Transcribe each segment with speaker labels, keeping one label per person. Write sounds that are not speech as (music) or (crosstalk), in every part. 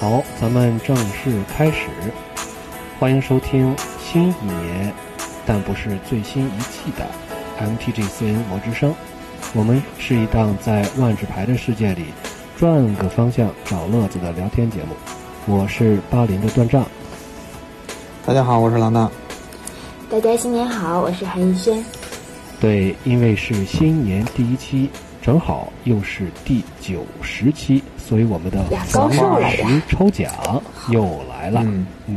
Speaker 1: 好，咱们正式开始，欢迎收听新一年，但不是最新一季的 MTGCN 魔之声。我们是一档在万智牌的世界里转个方向找乐子的聊天节目。我是巴林的断账，
Speaker 2: 大家好，我是郎大。
Speaker 3: 大家新年好，我是韩逸轩。
Speaker 1: 对，因为是新年第一期，正好又是第九十期，所以我们的
Speaker 3: 呀
Speaker 1: 防
Speaker 3: 高寿了
Speaker 1: 十
Speaker 3: 呀
Speaker 1: 抽奖又来了。
Speaker 2: 嗯
Speaker 1: 嗯，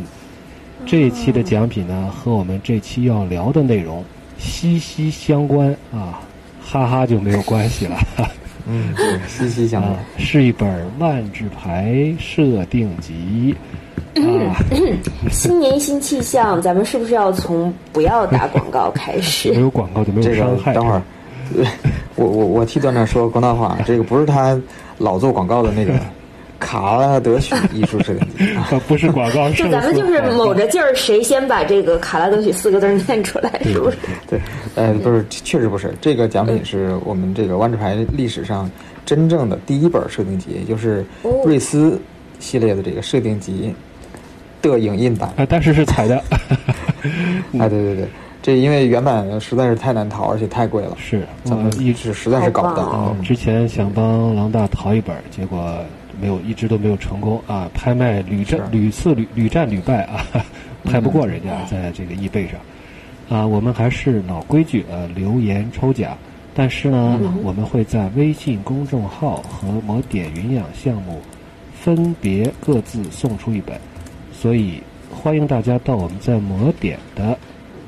Speaker 1: 这一期的奖品呢，和我们这期要聊的内容息息相关啊，哈哈就没有关系了。 (laughs)
Speaker 2: 嗯，对，息息相
Speaker 1: 啊
Speaker 2: 关。，
Speaker 1: 是一本万智牌设定集。啊，
Speaker 3: 新年新气象，咱们是不是要从不要打广告开
Speaker 1: (laughs) 没
Speaker 3: 始？
Speaker 1: 有广告就没有
Speaker 2: 这
Speaker 1: 嗯伤
Speaker 2: 个
Speaker 1: 害。
Speaker 2: 等会儿， (laughs) 对我我我替段长说公道话，这个不是他老做广告的那个卡拉德许艺术设计。
Speaker 1: 啊，不是广
Speaker 2: (laughs)
Speaker 1: 告，
Speaker 3: 就咱们就是
Speaker 1: 某
Speaker 3: 卯着劲儿，谁先把这个“卡拉德许”四个字儿念出来，是不是？
Speaker 2: 对，呃，不是，确实不是。这个奖品是我们这个万智牌历史上真正的第一本设定集，也就是
Speaker 3: 哦
Speaker 2: 瑞斯系列的这个设定集的影印版。
Speaker 1: 啊，但是是彩的，
Speaker 2: 哎，对对对，这因为原版实在是太难淘，而且太贵了，
Speaker 1: 是
Speaker 2: 咱
Speaker 1: 我
Speaker 2: 们
Speaker 1: 一直
Speaker 2: 是实在是搞不
Speaker 3: 好棒
Speaker 2: 到
Speaker 1: 啊。，之前想帮狼大淘一本，结果没有，一直都没有成功啊，拍卖屡战
Speaker 2: 是
Speaker 1: 屡次屡屡战屡败啊， (laughs) 拍不过人家在这个易贝上。啊，我们还是老规矩，呃，留言抽奖。但是呢，
Speaker 3: 嗯
Speaker 1: 我们会在微信公众号和某点云养项目分别各自送出一本，所以欢迎大家到我们在某点的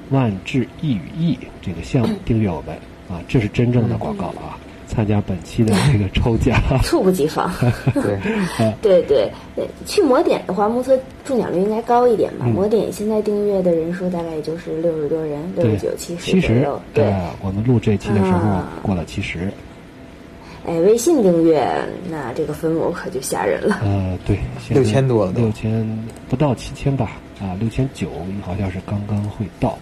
Speaker 1: 万智一语义这个项目订阅我们啊，这是真正的广告了啊！
Speaker 3: 嗯
Speaker 1: 参加本期的这个抽奖，
Speaker 3: 猝不及防。
Speaker 2: 嗯对，
Speaker 3: 对对对，去魔点的话，目测中奖率应该高一点吧？魔点现在订阅的人数大概也就是六十多人， (laughs) 六
Speaker 1: 对
Speaker 3: 十九、，七
Speaker 1: 七
Speaker 3: 十左
Speaker 1: 十
Speaker 3: 右。，对，
Speaker 1: 呃，我们录这期的时候
Speaker 3: 啊
Speaker 1: 过了七十，
Speaker 3: 哎，微信订阅那这个分母可就吓人了。
Speaker 1: 呃，对，现在
Speaker 2: 6000多了都
Speaker 1: 六千不到七千吧，啊，六千九好像是刚刚会
Speaker 2: (laughs)
Speaker 1: 到，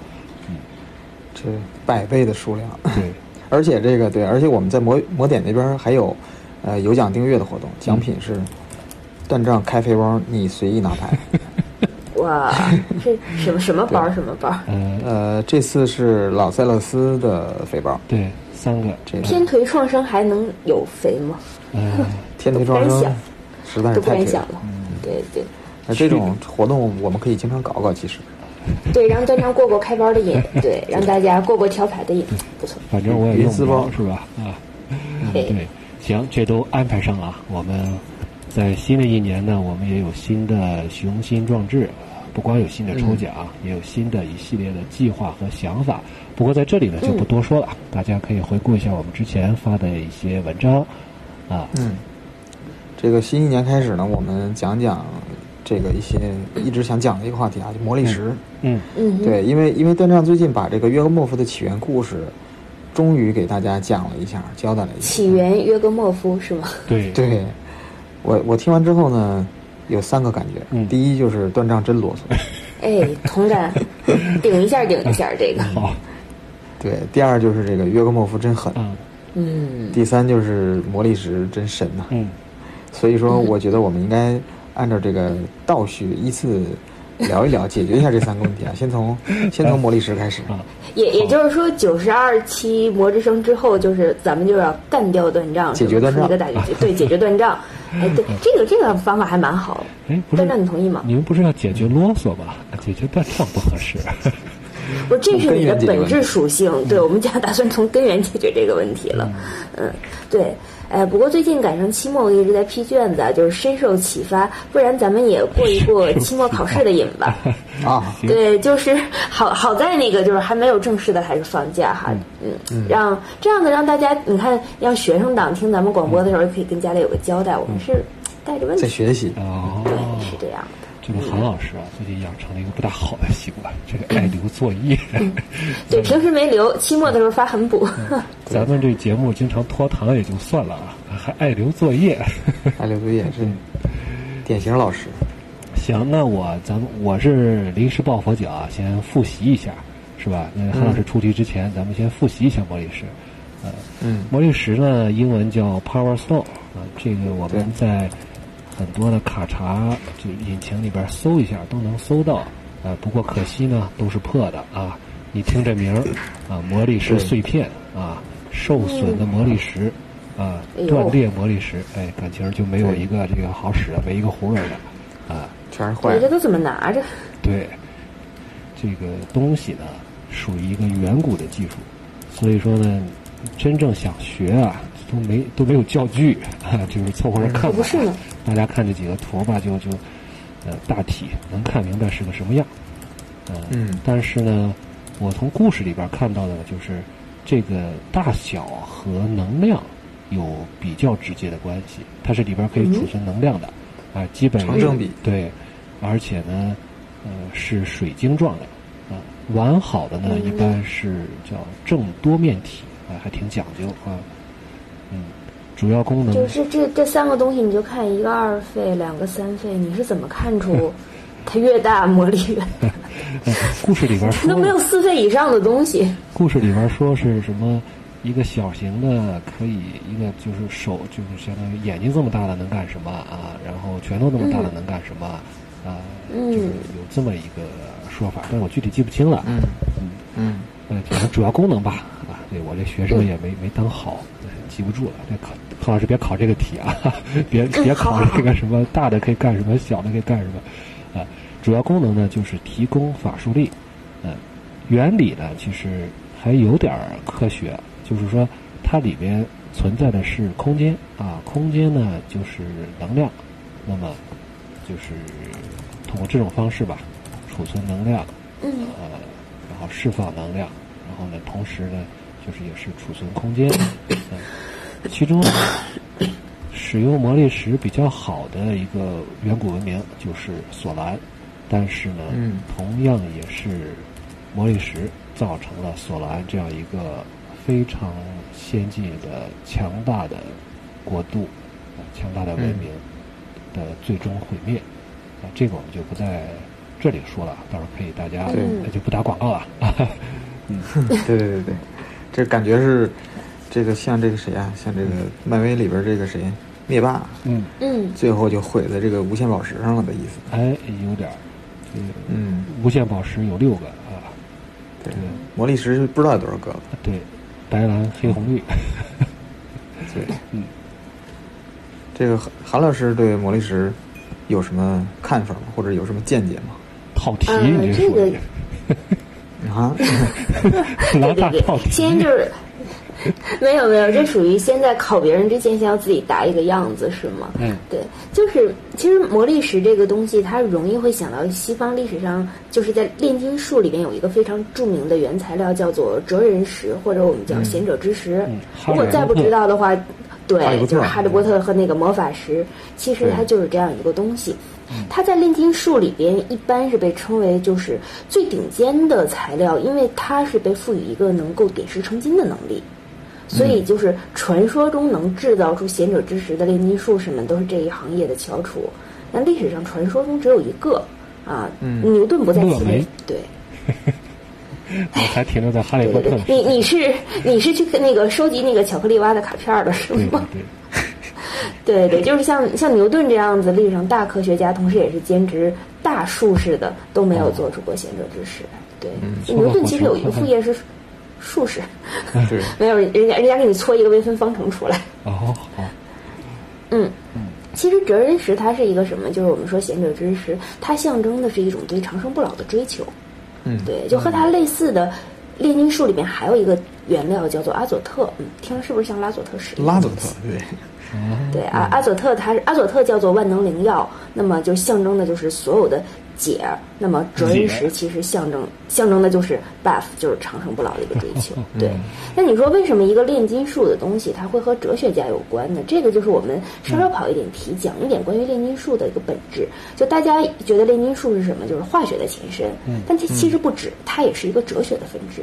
Speaker 2: 这百倍的数量。
Speaker 1: 对，
Speaker 2: 而且这个对，而且我们在魔魔点那边还有，呃，有奖订阅的活动，奖品是断账开肥包，你随意拿牌。 (laughs)
Speaker 3: 哇，这什么什么包什么包？
Speaker 1: 呃，
Speaker 2: 呃，这次是老塞勒斯的肥包，
Speaker 1: 对，三个，
Speaker 2: 这个
Speaker 3: 天颓创伤还能有肥吗？
Speaker 1: 呃，
Speaker 2: 天地创
Speaker 3: 都不敢
Speaker 2: 生
Speaker 3: 想
Speaker 2: 实在是
Speaker 3: 都不
Speaker 2: 嗯太
Speaker 3: 敢
Speaker 2: 绝
Speaker 3: 想
Speaker 2: 了。
Speaker 3: 了。对对
Speaker 2: 那这种活动我们可以经常搞搞，其实
Speaker 3: 对，让端上过过开包的瘾，对，让大家过过调牌的瘾，不错。
Speaker 1: 反正我也
Speaker 2: 云
Speaker 1: 用
Speaker 2: 丝
Speaker 1: 不着
Speaker 2: 包
Speaker 1: 是吧？啊，
Speaker 3: 对，
Speaker 1: 对，行，这都安排上了啊。我们在新的一年呢，我们也有新的雄心壮志，不光有新的抽奖，
Speaker 2: 嗯
Speaker 1: 也有新的一系列的计划和想法。不过在这里呢，就不多说了，
Speaker 2: 嗯
Speaker 1: 大家可以回顾一下我们之前发的一些文章啊。
Speaker 2: 嗯，这个新一年开始呢，我们讲讲这个一些一直想讲的一个话题啊，就魔力石。
Speaker 1: 嗯
Speaker 3: 嗯哼，
Speaker 2: 对，因为因为段丈最近把这个约格莫夫的起源故事，终于给大家讲了一下，交代了一下。
Speaker 3: 起源约格莫夫是吗？
Speaker 1: 对
Speaker 2: 对，我我听完之后呢，有三个感觉。
Speaker 1: 嗯
Speaker 2: 第一就是段丈真啰
Speaker 1: (laughs)
Speaker 2: 嗦。
Speaker 3: 哎，同感，顶一下，顶一下，这个，
Speaker 1: 好，
Speaker 2: 对，第二就是这个约格莫夫真狠。
Speaker 1: 嗯
Speaker 3: 嗯，
Speaker 2: 第三就是魔力石真神呐、
Speaker 1: 嗯，
Speaker 2: 所以
Speaker 3: 嗯
Speaker 2: 说，我觉得我们应该按照这个倒序依次聊一聊，解决一下这三个问题啊。先
Speaker 1: (laughs)
Speaker 2: 从先从魔力石开始。
Speaker 3: 也也就是说，九十二期魔之声之后，就是咱们就要干掉断账，
Speaker 2: 解决断账
Speaker 3: 是吧出一个大结局，对，解决断账。哎，对，这个这个方法还蛮好。
Speaker 1: 哎，不是
Speaker 3: 段，长你同意吗
Speaker 1: 你们不是要解决啰嗦吗？解决断账不合适。
Speaker 3: 不，这是你的
Speaker 2: 从根源解决
Speaker 3: 本
Speaker 2: 问题
Speaker 3: 质属性。对，我们家打算从根源解决这个问题了。嗯，对。哎，不过最近赶上期末，我一直在批卷子，啊，就是深受启发。不然咱们也过一过期末考试的瘾 (laughs) 吧。
Speaker 1: 嗯
Speaker 2: 啊，
Speaker 3: 对，就是好好在那个就是还没有正式的还是放假哈，嗯，让这样的让大家你看，让学生党听咱们广播的时候，可以跟家里有个交代，我们是带着问
Speaker 2: 在
Speaker 3: 题，
Speaker 2: 学习。
Speaker 1: 哦，
Speaker 3: 对，是这样的。
Speaker 1: 这个韩老师啊，最近养成了一个不大好的习惯，这个爱留作业。
Speaker 3: 对，平时没留，期末的时候发横补。
Speaker 1: (laughs)
Speaker 3: (laughs)
Speaker 1: 咱们这节目经常拖堂也就算了啊，还爱留作业。 (laughs) 嗯
Speaker 2: 哎，刘作业是典型老师。
Speaker 1: 行，那我咱们我是临时抱佛脚啊，先复习一下，是吧？那韩老师出题之前，咱们先复习一下魔力石。呃，
Speaker 2: 嗯
Speaker 1: 魔力石呢，英文叫 Power Stone 啊，这个我们在很多的卡查，就是引擎里边搜一下都能搜到。呃，不过可惜呢，都是破的啊。你听这名儿啊，魔力石碎片啊，受损的魔力石啊
Speaker 3: 哎，呦
Speaker 1: 断裂魔力石，哎，感情就没有一个这个好使的，没一个活人的啊。
Speaker 2: 全是坏
Speaker 3: 对，这
Speaker 2: 的。
Speaker 3: 都怎么拿着？
Speaker 1: 对，这个东西呢，属于一个远古的技术，所以说呢，真正想学啊，都没都没有教具，啊、就是凑合着看
Speaker 3: 嗯可不是
Speaker 1: 吧啊
Speaker 3: 呢。
Speaker 1: 大家看这几个图吧，就就呃大体能看明白是个什么样。呃、
Speaker 2: 嗯
Speaker 1: 但是呢，我从故事里边看到的就是这个大小和能量有比较直接的关系，它是里边可以储存能量的，啊、基本
Speaker 2: 成嗯正比
Speaker 1: 对，而且呢，呃，是水晶状的，啊、完好的呢
Speaker 3: 嗯
Speaker 1: 一般是叫正多面体，啊、还挺讲究啊，嗯，主要功能
Speaker 3: 就是这这三个东西，你就看一个二费，两个三费，你是怎么看出
Speaker 1: 嗯
Speaker 3: 它越大魔力 (laughs) 越？
Speaker 1: 呃故事里边
Speaker 3: (laughs)
Speaker 1: 说
Speaker 3: 都没有四费以上的东西。
Speaker 1: 故事里边说是什么一个小型的，可以一个就是手就是相当于眼睛这么大的能干什么啊，然后拳头那么大的能干什么啊，
Speaker 3: 嗯
Speaker 1: 就是有这么一个说法，但我具体记不清了。
Speaker 2: 嗯嗯，
Speaker 1: 呃，反正主要功能吧，啊，对我这学生也没没当好，呃记不住了。这考何老师别考这个题啊， (laughs) 别别考这个什么大的可以干什么，小的可以干什么，啊、主要功能呢就是提供法术力，嗯、原理呢其实还有点儿科学，就是说它里边存在的是空间啊，空间呢就是能量，那么就是通过这种方式吧，储存能量，
Speaker 3: 嗯
Speaker 1: 呃，然后释放能量，然后呢，同时呢，就是也是储存空间。嗯，其中使用魔力石比较好的一个远古文明就是索兰，但是呢，
Speaker 2: 嗯
Speaker 1: 同样也是魔力石造成了索兰这样一个非常先进的、强大的国度、呃强大的文明的最终毁灭。啊，这个我们就不在这里说了，到时候可以大家
Speaker 2: 对
Speaker 1: 那啊哎就不打广告 (laughs) 了。
Speaker 2: 对对对对，这感觉是这个像这个谁啊，像这个漫威里边这个谁，灭霸，
Speaker 1: 嗯，
Speaker 3: 嗯，
Speaker 2: 最后就毁在这个无限宝石上了的意思。
Speaker 1: 哎，有点儿，这个
Speaker 2: 嗯，
Speaker 1: 无限宝石有六个啊，
Speaker 2: 对
Speaker 1: 对，
Speaker 2: 魔力石不知道有多少个了。
Speaker 1: 对，白蓝黑红绿，
Speaker 2: 对，
Speaker 1: 嗯，
Speaker 2: 这个韩韩老师对魔力石有什么看法吗？或者有什么见解吗？
Speaker 1: (laughs) 套题
Speaker 3: 嗯
Speaker 1: 你这
Speaker 3: 这
Speaker 1: 属
Speaker 3: 个
Speaker 1: 于
Speaker 2: 啊，
Speaker 1: 拿
Speaker 3: 对
Speaker 1: 大
Speaker 3: 对
Speaker 1: 套
Speaker 3: 对，先
Speaker 1: 题
Speaker 3: 就，是 (laughs) 没有没有，这属于先在考别人之前，先要自己答一个样子是吗？
Speaker 1: (laughs) 嗯，
Speaker 3: 对，就是其实魔力石这个东西，它容易会想到西方历史上，就是在炼金术里面有一个非常著名的原材料叫做哲人石，或者我们叫贤者之石。
Speaker 1: 嗯
Speaker 3: 如果再不知道的话，
Speaker 2: 哈利
Speaker 3: 对，
Speaker 2: 波特嗯
Speaker 3: 就是哈利波特和那个魔法石，其实它
Speaker 2: 对嗯
Speaker 3: 就是这样一个东西。它在炼金术里边一般是被称为就是最顶尖的材料，因为它是被赋予一个能够点石成金的能力。所以就是传说中能制造出贤者之石的炼金术士们，都是这一行业的翘楚。那历史上传说中只有一个啊，
Speaker 2: 嗯
Speaker 3: 牛顿不在
Speaker 1: 乐
Speaker 3: 其
Speaker 1: 梅
Speaker 3: 列。对，
Speaker 1: 我还停留在哈利波
Speaker 3: 对
Speaker 1: 特
Speaker 3: 对
Speaker 1: 的时
Speaker 3: 对，
Speaker 1: 代。
Speaker 3: 你你是你是去那个收集那个巧克力蛙的卡片儿的是
Speaker 1: 对对
Speaker 3: 吗？
Speaker 1: 对，
Speaker 3: (laughs) 对对，就是像像牛顿这样子历史上大科学家，同时也是兼职大术士的，都没有做出过贤者之石。对，
Speaker 1: 说
Speaker 3: 牛
Speaker 1: 到
Speaker 3: 顿
Speaker 1: 火
Speaker 3: 其实
Speaker 1: 球
Speaker 3: 有一个
Speaker 1: 看
Speaker 3: 副业是术士，
Speaker 2: (laughs) 对，
Speaker 3: 没有人人家人家给你搓一个微分方程出来。
Speaker 1: 哦好，
Speaker 3: 嗯，其实哲人石它是一个什么？就是我们说贤者之石，它象征的是一种对长生不老的追求。
Speaker 2: 嗯，
Speaker 3: 对，就和它类似的，炼金术里面还有一个原料叫做阿佐特，嗯，听着是不是像拉佐特石？
Speaker 2: 拉佐特，对，
Speaker 3: 对啊，阿佐特它是阿佐特叫做万能灵药，那么就象征的就是所有的解儿。那么哲人石其实象征象征的就是 buff，就是长生不老的一个追求。对，那你说为什么一个炼金术的东西它会和哲学家有关呢？这个就是我们稍稍跑一点题，讲一点关于炼金术的一个本质。就大家觉得炼金术是什么？就是化学的前身，但其其实不止，它也是一个哲学的分支。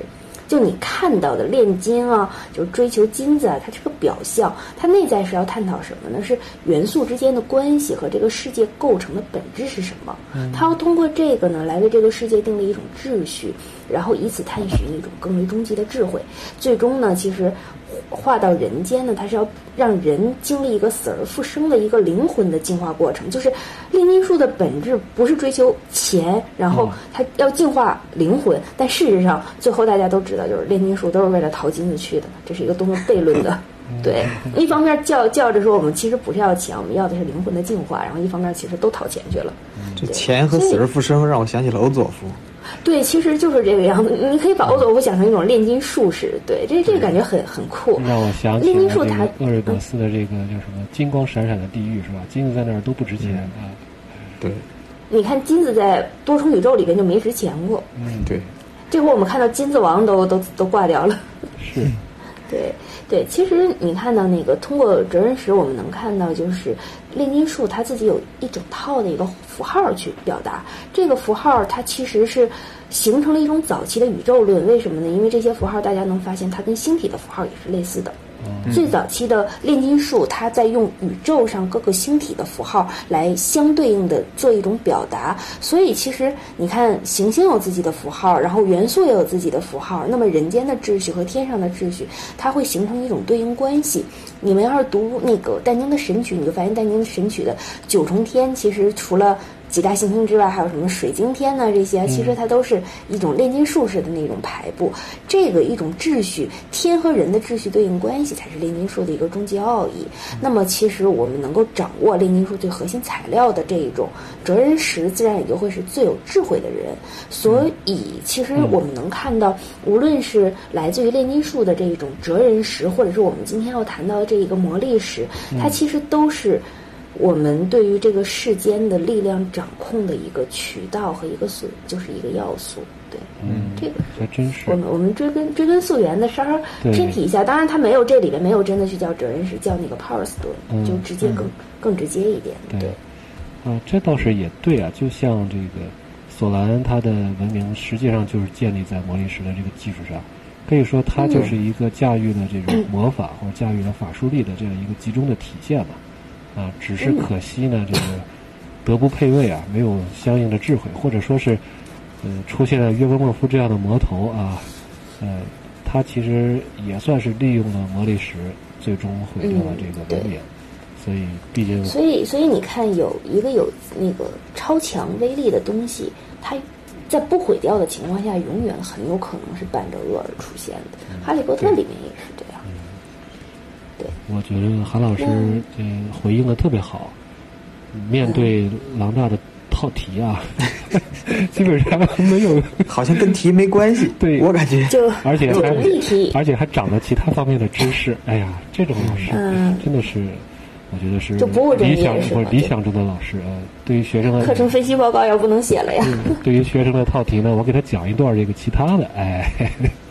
Speaker 3: 就你看到的炼金啊，就是追求金子啊，它这个表象，它内在是要探讨什么呢？是元素之间的关系和这个世界构成的本质是什么？它要通过这个呢，来为这个世界订立一种秩序，然后以此探寻一种更为终极的智慧。最终呢，其实化到人间呢，它是要让人经历一个死而复生的一个灵魂的进化过程。就是炼金术的本质不是追求钱，然后它要净化灵魂，但事实上最后大家都知道，就是炼金术都是为了淘金子去的，这是一个多么悖论的。对，一方面叫叫着说我们其实不是要钱，我们要的是灵魂的净化，然后一方面其实都掏钱去了。
Speaker 2: 这钱和死而复生让我想起了欧佐夫。
Speaker 3: 对，其实就是这个样子。你可以把
Speaker 1: 嗯
Speaker 3: 欧佐夫想成一种炼金术士，对，这这个感觉很很酷。
Speaker 1: 让我想起
Speaker 3: 炼
Speaker 1: 了
Speaker 3: 金
Speaker 1: 这
Speaker 3: 术
Speaker 1: 个
Speaker 3: 它
Speaker 1: 鄂尔多斯的这个叫什么“金光闪闪的地狱”是吧？金子在那儿都不值钱啊。
Speaker 2: 对，
Speaker 3: 你看金子在多重宇宙里边就没值钱过，
Speaker 1: 嗯，
Speaker 2: 对，
Speaker 3: 这回我们看到金子王都都都挂掉了。
Speaker 1: 是，
Speaker 3: (laughs) 对对，其实你看到那个通过哲人石，我们能看到就是炼金术它自己有一整套的一个符号去表达。这个符号它其实是形成了一种早期的宇宙论，为什么呢？因为这些符号大家能发现它跟星体的符号也是类似的。
Speaker 1: 嗯
Speaker 3: 最早期的炼金术，它在用宇宙上各个星体的符号来相对应的做一种表达。所以其实你看，行星有自己的符号，然后元素也有自己的符号，那么人间的秩序和天上的秩序，它会形成一种对应关系。你们要是读那个但丁的《神曲》，你就发现但丁的《神曲》的九重天，其实除了几大行星之外，还有什么水晶天呐、这些，其实它都是一种炼金术式的那种排布。这个一种秩序，天和人的秩序对应关系，才是炼金术的一个终极奥义。那么，其实我们能够掌握炼金术最核心材料的这一种哲人石，自然也就会是最有智慧的人。所以，其实我们能看到，无论是来自于炼金术的这一种哲人石，或者是我们今天要谈到的这一个魔力石，它其实都是。我们对于这个世间的力量掌控的一个渠道和一个所，就是一个要素。对，
Speaker 1: 嗯，
Speaker 3: 这个
Speaker 1: 还真是
Speaker 3: 我。们我们追根追根溯源的稍稍
Speaker 1: 对
Speaker 3: 偏题一下，当然它没有这里面没有真的去叫哲人石，叫那个帕尔斯
Speaker 1: 嗯
Speaker 3: 顿，就直接更更直接一点。
Speaker 1: 对
Speaker 3: 对，
Speaker 1: 啊，这倒是也对啊。就像这个索兰，它的文明实际上就是建立在魔力石的这个技术上，可以说它
Speaker 3: 嗯
Speaker 1: 就是一个驾驭了这种魔法或者驾驭了法术力的这样一个集中的体现吧。啊，只
Speaker 3: 嗯
Speaker 1: 是可惜呢，这个德不配位啊，没有相应的智慧，或者说是，呃，出现了约伯莫夫这样的魔头啊，呃，他其实也算是利用了魔力石，最终毁掉了
Speaker 3: 嗯
Speaker 1: 这个
Speaker 3: 对
Speaker 1: 文明。所以，毕竟
Speaker 3: 所以所以你看，有一个有那个超强威力的东西，它在不毁掉的情况下，永远很有可能是伴着恶而出现的。哈利波特
Speaker 1: 嗯对嗯
Speaker 3: 里面也是这样。
Speaker 1: 我觉得韩老师
Speaker 3: 嗯
Speaker 1: 这回应的特别好，面对狼大的套题
Speaker 3: (laughs)
Speaker 1: 啊，基本上没有，
Speaker 2: 好像跟题没关系。
Speaker 1: 对
Speaker 2: 我感觉
Speaker 3: 就
Speaker 1: 而且还
Speaker 3: 就立体
Speaker 1: 而且还长了其他方面的知识。哎呀，这种老师、
Speaker 3: 嗯
Speaker 1: 真的是，我觉得是
Speaker 3: 就不务正业
Speaker 1: 理想
Speaker 3: 是吧
Speaker 1: 或者理想中的老师啊、呃对于学生
Speaker 2: 嗯
Speaker 1: 的
Speaker 3: 课程分析报告要不能写了呀。
Speaker 1: (laughs) 对于学生的套题呢，我给他讲一段这个其他的，哎，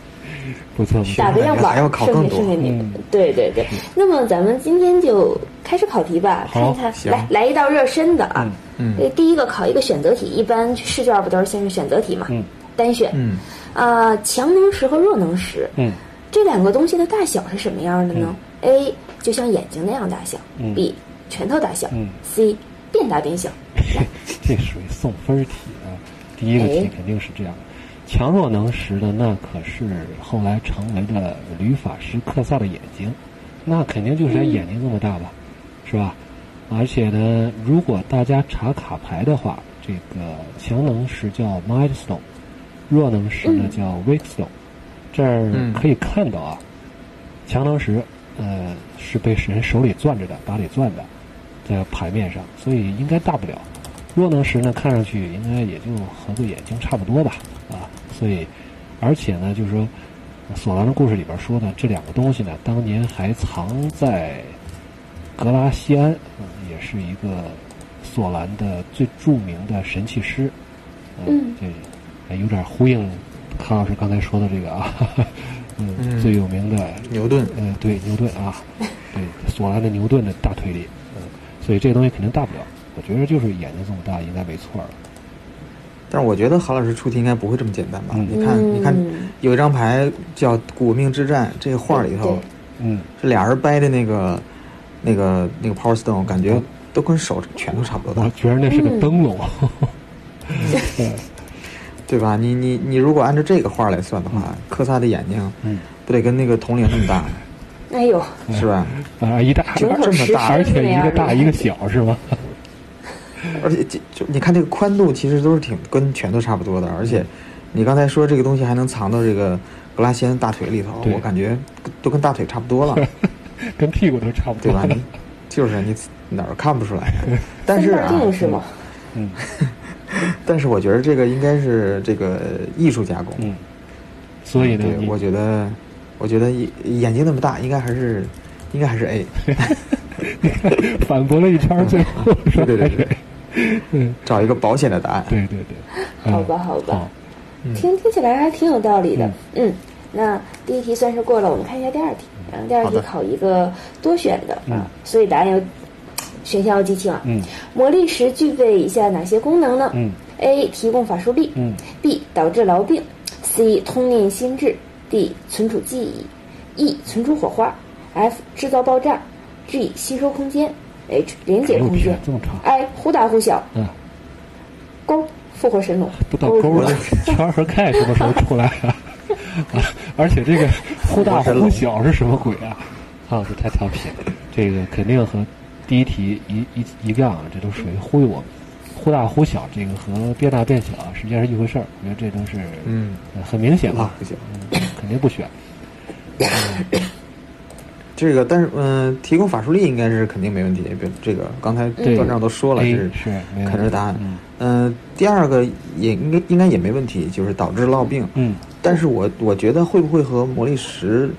Speaker 1: (laughs) 不错不错，
Speaker 3: 打个样板
Speaker 2: 还要
Speaker 3: 儿，
Speaker 2: 考
Speaker 3: 顺
Speaker 2: 更
Speaker 3: 便
Speaker 2: 多
Speaker 3: 顺便你
Speaker 1: 嗯，
Speaker 3: 对对对。那么咱们今天就开始考题吧，
Speaker 1: 好
Speaker 3: 看看
Speaker 2: 行
Speaker 3: 来来一道热身的啊。
Speaker 2: 嗯嗯
Speaker 3: 这第一个考一个选择题，一般试卷不都是先是选择题嘛？
Speaker 1: 嗯
Speaker 3: 单选。
Speaker 2: 嗯，
Speaker 3: 啊，强能石和弱能石
Speaker 1: 嗯
Speaker 3: 这两个东西的大小是什么样的呢？A
Speaker 2: 嗯
Speaker 3: 就像眼睛那样大小
Speaker 1: 嗯
Speaker 3: ，B 拳头大小
Speaker 1: 嗯
Speaker 3: ，C 变大变小。
Speaker 1: (laughs) 这属于送分儿题啊。第一个题
Speaker 3: 哎
Speaker 1: 肯定是这样，强弱能识的那可是后来成为了吕法师克萨的眼睛，那肯定就是他眼睛那么大吧，是吧？而且呢，如果大家查卡牌的话，这个强能石叫 Milestone，弱能石呢
Speaker 3: 嗯
Speaker 1: 叫 Wakestone。这儿
Speaker 2: 嗯
Speaker 1: 可以看到啊，强能石呃是被人手里攥着的，把里攥的，在牌面上，所以应该大不了。弱能石呢，看上去应该也就和个眼睛差不多吧，啊，所以而且呢，就是说索兰的故事里边说呢，这两个东西呢，当年还藏在格拉西安，嗯也是一个索兰的最著名的神器师，呃
Speaker 3: 嗯
Speaker 1: 这哎有点呼应康老师刚才说的这个啊，嗯，
Speaker 2: 嗯
Speaker 1: 最有名的
Speaker 2: 牛顿
Speaker 1: 呃，对，牛顿啊，对，索兰的牛顿的大推理，嗯，所以这个东西肯定大不了。我觉得就是眼睛这么大，应该没错了。
Speaker 2: 但是我觉得韩老师出题应该不会这么简单吧？
Speaker 1: 嗯
Speaker 2: 你看，你看，
Speaker 3: 嗯
Speaker 2: 有一张牌叫《古命之战》，这画里头
Speaker 3: 对
Speaker 1: 嗯，
Speaker 2: 这俩人掰的那个、那个、那个 Power Stone，感
Speaker 1: 嗯
Speaker 2: 觉都跟手拳头差不多
Speaker 1: 我
Speaker 2: 大，
Speaker 1: 觉得那是个灯笼。呃
Speaker 2: (laughs) 对吧？你你你如果按照这个画来算的话，科萨的眼睛
Speaker 1: 嗯，
Speaker 2: 不得跟那个铜铃那么大？
Speaker 3: 该有。
Speaker 2: 是吧？
Speaker 1: 啊，一大
Speaker 3: 这么
Speaker 1: 这么大，而且一个大一个小是吗？
Speaker 2: 而且这就你看这个宽度其实都是挺跟拳头差不多的，而
Speaker 1: 嗯
Speaker 2: 且你刚才说这个东西还能藏到这个格拉西安大腿里头，
Speaker 1: 对
Speaker 2: 我感觉都跟大腿差不多了，
Speaker 1: (laughs) 跟屁股都差不
Speaker 2: 对
Speaker 1: 多
Speaker 2: 吧？
Speaker 1: 了 (laughs)
Speaker 2: 你。就是你哪儿看不出来啊？但是
Speaker 3: 三大
Speaker 2: 啊，
Speaker 3: 定是吗？
Speaker 1: 嗯
Speaker 2: 但是我觉得这个应该是这个艺术加工。
Speaker 1: 嗯，所以呢，
Speaker 2: 嗯对，
Speaker 1: 你
Speaker 2: 我觉得，我觉得眼眼睛那么大，应该还是，应该还是
Speaker 1: (laughs)
Speaker 2: A。
Speaker 1: (laughs) 反驳了一圈儿，最后说
Speaker 2: 对对对
Speaker 1: 还是嗯
Speaker 2: 找一个保险的答案。
Speaker 1: 对对对，嗯
Speaker 3: 好吧好吧
Speaker 1: 好
Speaker 2: 嗯
Speaker 3: 听听起来还挺有道理的。嗯那第一题算是过了，我们看一下第二题。然后第二
Speaker 2: 好
Speaker 3: 题
Speaker 2: 的
Speaker 3: 考一个多选的
Speaker 1: 嗯
Speaker 3: 啊，所以答案有选项要记清啊。
Speaker 1: 嗯
Speaker 3: 魔力石具备以下哪些功能呢？
Speaker 1: 嗯
Speaker 3: a 提供法术力。
Speaker 1: 嗯
Speaker 3: B 导致痨病，C 通念心智，D 存储记忆，E 存储火花，F 制造爆炸，G 吸收空间，H 连接
Speaker 1: 哎呦
Speaker 3: 空间
Speaker 1: 天这么长
Speaker 3: ，I 忽大忽小
Speaker 1: 嗯，
Speaker 3: 勾复活神龙。
Speaker 1: 不到沟了，圈儿和盖什么时候出来啊？啊而且这个忽大忽小是什么鬼啊？啊，这太调皮了，这个肯定和第一题一一一样啊，这都属于忽悠我们。忽大忽小，这个和变大变小啊实际上是一回事儿，我觉得这都是
Speaker 2: 嗯，
Speaker 1: 呃很明显
Speaker 2: 啊
Speaker 1: 啊，，
Speaker 2: 不行，
Speaker 1: 肯定不选。
Speaker 2: 这个但是嗯、提供法术力应该是肯定没问题。比这个刚才
Speaker 1: 嗯对
Speaker 2: 段长都说了，
Speaker 1: A
Speaker 2: 是
Speaker 1: 哎是没问题
Speaker 2: 肯定是答案
Speaker 1: 嗯。
Speaker 2: 嗯、第二个也应该应该也没问题，就是导致落病。
Speaker 1: 嗯，
Speaker 2: 但是我我觉得会不会和魔力石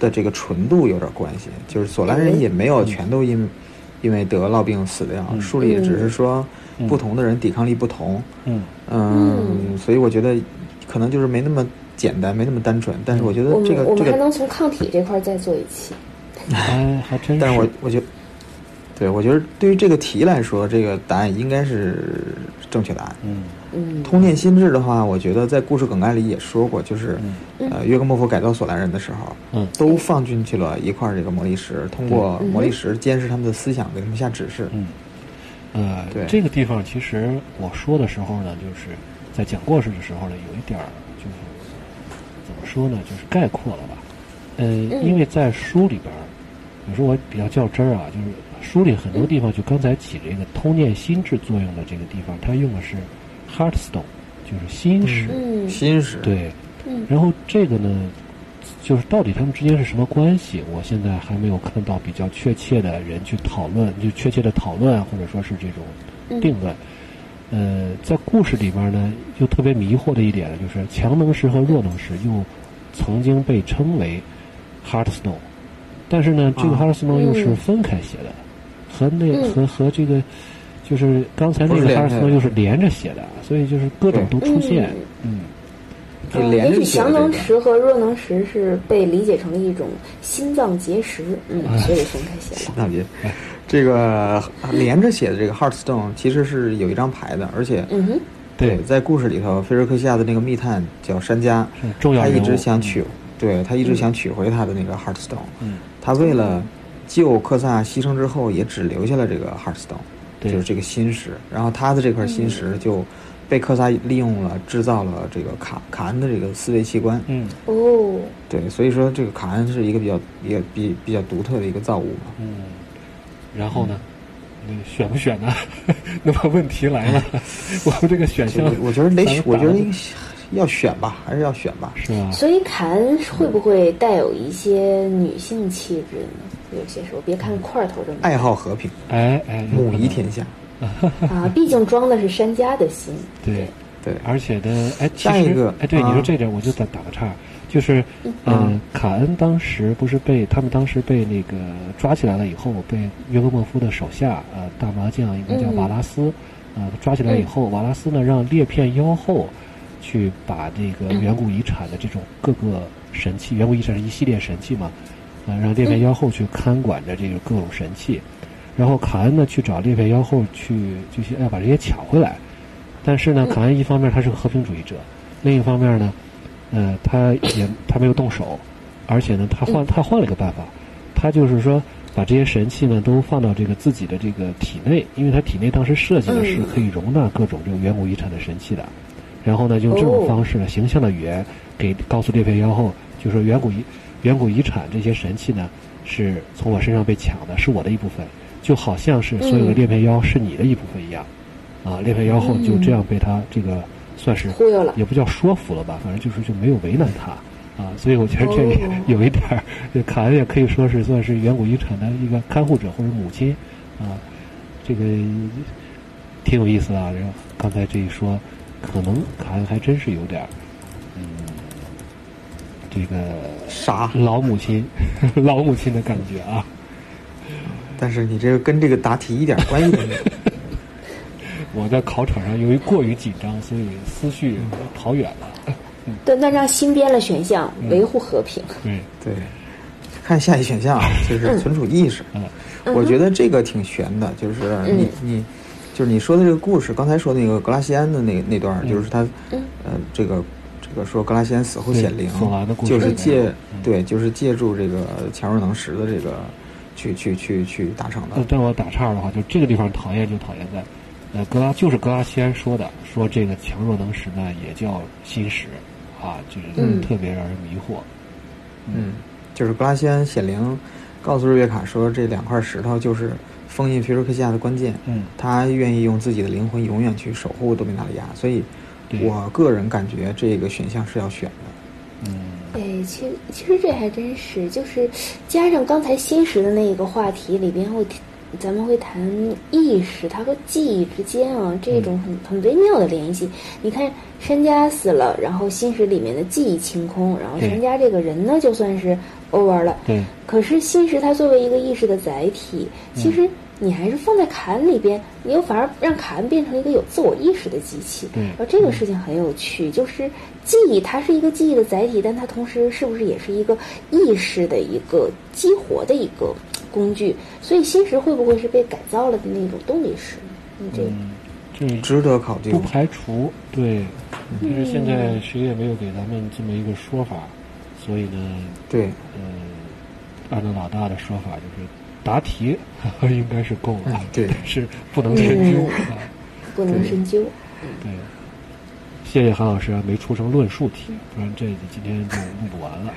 Speaker 2: 的这个纯度有点关系？就是索兰人也没有全都因、因为得烙病死掉，
Speaker 1: 嗯
Speaker 2: 书里也只是说
Speaker 1: 嗯
Speaker 2: 不同的人抵抗力不同，
Speaker 1: 嗯，
Speaker 2: 嗯，所以我觉得可能就是没那么简单，没那么单纯。但是我觉得
Speaker 3: 我们
Speaker 2: 这个
Speaker 3: 嗯我
Speaker 2: 这
Speaker 3: 们还
Speaker 2: 个，
Speaker 3: 能从抗体这块儿再做一期。
Speaker 1: 还嗯哎还真
Speaker 2: 但是我我觉得，对我觉得对于这个题来说，这个答案应该是正确答案。
Speaker 1: 嗯
Speaker 3: 嗯，
Speaker 2: 通念心智的话，我觉得在故事梗概里也说过，就是、
Speaker 3: 嗯
Speaker 2: 呃，约格莫夫改造索兰人的时候，
Speaker 1: 嗯
Speaker 2: 都放进去了一块儿这个魔力石，通过
Speaker 3: 嗯
Speaker 2: 魔力石监视他们的思想，给他们下指示。
Speaker 1: 嗯，呃，
Speaker 2: 对
Speaker 1: 这个地方其实我说的时候呢，就是在讲故事的时候呢，有一点儿就是怎么说呢，就是概括了吧。呃，因为在书里边儿，有时候我比较较真儿啊，就是书里很多地方，就刚才起这个通念心智作用的这个地方，它用的是 heartstone，就是心石。
Speaker 3: 嗯
Speaker 2: 心石，，
Speaker 1: 对，
Speaker 3: 嗯
Speaker 1: 然后这个呢，就是到底他们之间是什么关系？我现在还没有看到比较确切的人去讨论，就确切的讨论啊或者说是这种定论。呃，在故事里边呢，又特别迷惑的一点呢，就是强能石和弱能石又曾经被称为 Heartstone，但是呢，这个
Speaker 2: 啊
Speaker 1: Heartstone 又是
Speaker 3: 嗯
Speaker 1: 分开写的，和那
Speaker 3: 嗯
Speaker 1: 和和这个就是刚才那
Speaker 2: 不是
Speaker 1: 个
Speaker 2: 连着
Speaker 1: Heartstone
Speaker 2: 的
Speaker 1: 又是连着写的，所以就是各种都出现，嗯
Speaker 2: 就
Speaker 3: 嗯
Speaker 2: 连
Speaker 3: 也
Speaker 2: 着
Speaker 3: 许
Speaker 2: 写的
Speaker 3: 强
Speaker 2: 这
Speaker 3: 能
Speaker 2: 个。
Speaker 3: 石和弱能石是被理解成一种心脏结石，嗯，
Speaker 2: 哎
Speaker 3: 所以分开写了。
Speaker 2: 那别，这个连着写的这个 Heartstone 其实是有一张牌的，而且
Speaker 3: 嗯哼，
Speaker 1: 对
Speaker 2: 在故事里头，菲瑞克西亚的那个密探叫山家
Speaker 1: 是，嗯重要
Speaker 2: 他
Speaker 1: 人
Speaker 2: 一
Speaker 1: 物
Speaker 2: 直想取，对他一直想取回他的那个 Heartstone，
Speaker 1: 嗯，
Speaker 2: 他为了救克萨牺牲之后，也只留下了这个 Heartstone，
Speaker 1: 对嗯
Speaker 2: 就是这个心石。然后他的这块心石就被克萨利用了，制造了这个卡卡恩的这个思维器官。
Speaker 1: 嗯
Speaker 3: 哦，
Speaker 2: 对，所以说这个卡恩是一个比较一个比比较独特的一个造物嘛。
Speaker 1: 嗯，然后呢，你选不选呢？ (laughs) 那么问题来了，我们这个选
Speaker 2: 这
Speaker 1: 项
Speaker 2: 个，我觉得得
Speaker 1: 咱们，
Speaker 2: 我
Speaker 1: 打
Speaker 2: 觉得
Speaker 1: 了
Speaker 2: 应该要选吧，还是要选吧。
Speaker 1: 是吧？
Speaker 3: 所以凯恩会不会带有一些女性气质呢？有些时候，别
Speaker 2: 嗯
Speaker 3: 看块头这么
Speaker 2: 爱好和平，
Speaker 1: 哎哎，有
Speaker 2: 母
Speaker 1: 可
Speaker 2: 仪
Speaker 1: 能
Speaker 2: 天下。
Speaker 3: 啊，毕竟装的是山家的心。
Speaker 1: 对。
Speaker 2: 对，
Speaker 1: 而且呢，哎，其
Speaker 2: 下一
Speaker 1: 实
Speaker 2: 个，
Speaker 1: 哎，对，你说
Speaker 2: 啊
Speaker 1: 这点，我就打打个岔，就是，嗯，卡恩当时不是被他们当时被那个抓起来了以后，被约格莫夫的手下，呃，大麻将应该叫
Speaker 3: 嗯
Speaker 1: 瓦拉斯，呃，抓起来以后，瓦拉斯呢让裂片妖后去把这个远古遗产的这种各个神器，远古遗产是一系列神器嘛，呃，让裂片妖后去看管着这个各种神器，然后卡恩呢去找裂片妖后去，就是要把这些抢回来。但是呢，卡恩一方面他是个和平主义者，另一方面呢，呃，他也他没有动手，而且呢，他换他换了个办法，他就是说把这些神器呢都放到这个自己的这个体内，因为他体内当时设计的是可以容纳各种这个远古遗产的神器的。然后呢，就用这种方式呢，形象的语言给告诉裂片妖后，就说远古遗远古遗产这些神器呢，是从我身上被抢的，是我的一部分，就好像是所有的裂变妖是你的一部分一样。啊，裂变妖后就这样被他这个算是
Speaker 3: 忽悠了
Speaker 1: 也不叫说服了吧，反正就是就没有为难他。啊，所以我觉得这里
Speaker 3: 哦
Speaker 1: (laughs) 有一点儿，这卡恩也可以说是算是远古遗产的一个看护者或者母亲，啊，这个挺有意思的啊。然后刚才这一说，可能卡恩还真是有点儿，嗯，这个
Speaker 2: 傻。
Speaker 1: 老母亲， (laughs) 老母亲的感觉啊。
Speaker 2: 但是你这个跟这个答题一点关系都没
Speaker 1: (laughs)
Speaker 2: 有。
Speaker 1: 我在考场上由于过于紧张，所以思绪跑远了。
Speaker 2: 嗯
Speaker 3: 对，那让新编了选项，维护和平。
Speaker 1: 对，
Speaker 2: 对，看下一选项啊，就是存储意识。
Speaker 1: 嗯
Speaker 2: 我觉得这个挺悬的，就是你、你就是你说的这个故事，刚才说那个格拉西安的那那段
Speaker 1: 嗯
Speaker 2: 儿，就是他、呃这个这个说格拉西安死后显
Speaker 1: 对
Speaker 2: 灵
Speaker 1: 死亡的，故事
Speaker 2: 就是借、
Speaker 1: 嗯
Speaker 2: 对就是借助这个强弱能识的这个去去去去达成的
Speaker 1: 呃，。但我打岔的话，就这个地方讨厌就讨厌在，呃，格拉就是格拉西安说的，说这个强弱能识呢也叫心识，啊，就是
Speaker 2: 嗯
Speaker 1: 特别让人迷惑。
Speaker 2: 嗯，就是格拉西安显灵告诉日月卡说，这两块石头就是封印菲瑞克西亚的关键。
Speaker 1: 嗯
Speaker 2: 他愿意用自己的灵魂永远去守护多米纳利亚，所以
Speaker 1: 对
Speaker 2: 我个人感觉这个选项是要选的。
Speaker 1: 嗯，
Speaker 3: 哎，其实其实这还真是，就是加上刚才新识的那个话题里边会提，咱们会谈意识它和记忆之间啊这种
Speaker 1: 嗯
Speaker 3: 很很微妙的联系。你看山家死了，然后新识里面的记忆清空，然后
Speaker 1: 对
Speaker 3: 山家这个人呢就算是 over 了。
Speaker 1: 对，
Speaker 3: 可是新识它作为一个意识的载体，
Speaker 1: 嗯
Speaker 3: 其实你还是放在卡恩里边，你又反而让卡恩变成一个有自我意识的机器。
Speaker 1: 对
Speaker 3: 而这个事情很有趣，就是记忆它是一个记忆的载体，但它同时是不是也是一个意识的一个激活的一个工具？所以新识会不会是被改造了的那种动力石？你这
Speaker 1: 嗯，这
Speaker 2: 值得考虑
Speaker 1: 不。排除对，
Speaker 2: 嗯
Speaker 1: 因为现在谁也没有给咱们这么一个说法，所以呢，
Speaker 2: 对，
Speaker 1: 呃，按照老大的说法，就是答题 (laughs) 应该是够了
Speaker 2: 嗯，对嗯
Speaker 1: 但是不能深究。啊
Speaker 3: 不能深究。啊
Speaker 1: 对，嗯谢谢韩老师啊没出成论述题，不然这今天就录不完了。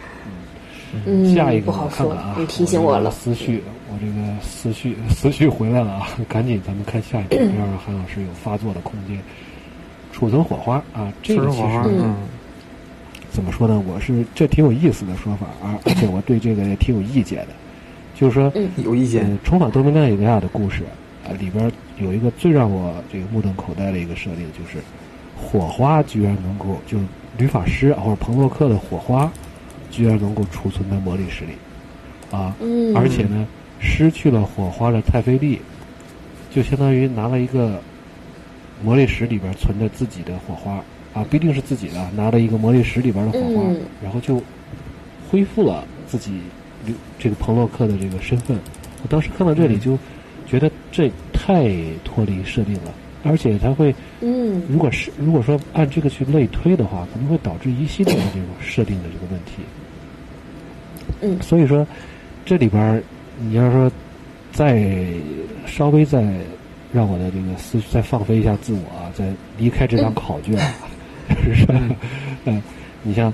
Speaker 3: 嗯，
Speaker 1: 下一个
Speaker 3: 不好
Speaker 1: 我看
Speaker 3: 说
Speaker 1: 看啊，，
Speaker 3: 你提醒我
Speaker 1: 这个
Speaker 3: 了。
Speaker 1: 思绪，我这个思绪 (laughs) 思绪回来了啊， (laughs) 赶紧咱们看下一个，
Speaker 3: 嗯
Speaker 1: 不要让韩老师有发作的空间。储存火花啊，这
Speaker 2: 说
Speaker 1: 个
Speaker 2: 实
Speaker 1: 其
Speaker 2: 话，
Speaker 1: 实
Speaker 2: 嗯，
Speaker 1: 怎么说呢？我是这挺有意思的说法啊，而且我对这个也挺有意见的，就是说，
Speaker 3: 嗯
Speaker 2: 有意见
Speaker 1: 呃，重返多米纳里亚的故事啊，里边有一个最让我这个目瞪口呆的一个设定，就是火花居然能够，就是女法师啊或者彭洛克的火花，居然能够储存在魔力石里啊，
Speaker 3: 嗯
Speaker 1: 而且呢，失去了火花的太妃利，就相当于拿了一个魔力石里边存着自己的火花啊，不一定是自己的，拿了一个魔力石里边的火花，
Speaker 3: 嗯
Speaker 1: 然后就恢复了自己留这个彭洛克的这个身份。我当时看到这
Speaker 3: 嗯
Speaker 1: 里就觉得这太脱离设定了，而且它会，
Speaker 3: 嗯
Speaker 1: 如果是如果说按这个去类推的话，可能会导致一系列的这种设定的这个问题。
Speaker 3: 嗯
Speaker 1: 所以说这里边儿你要说再稍微再让我的这个思绪再放飞一下自我啊，再离开这张考卷，啊 (laughs) 就是说，嗯，你像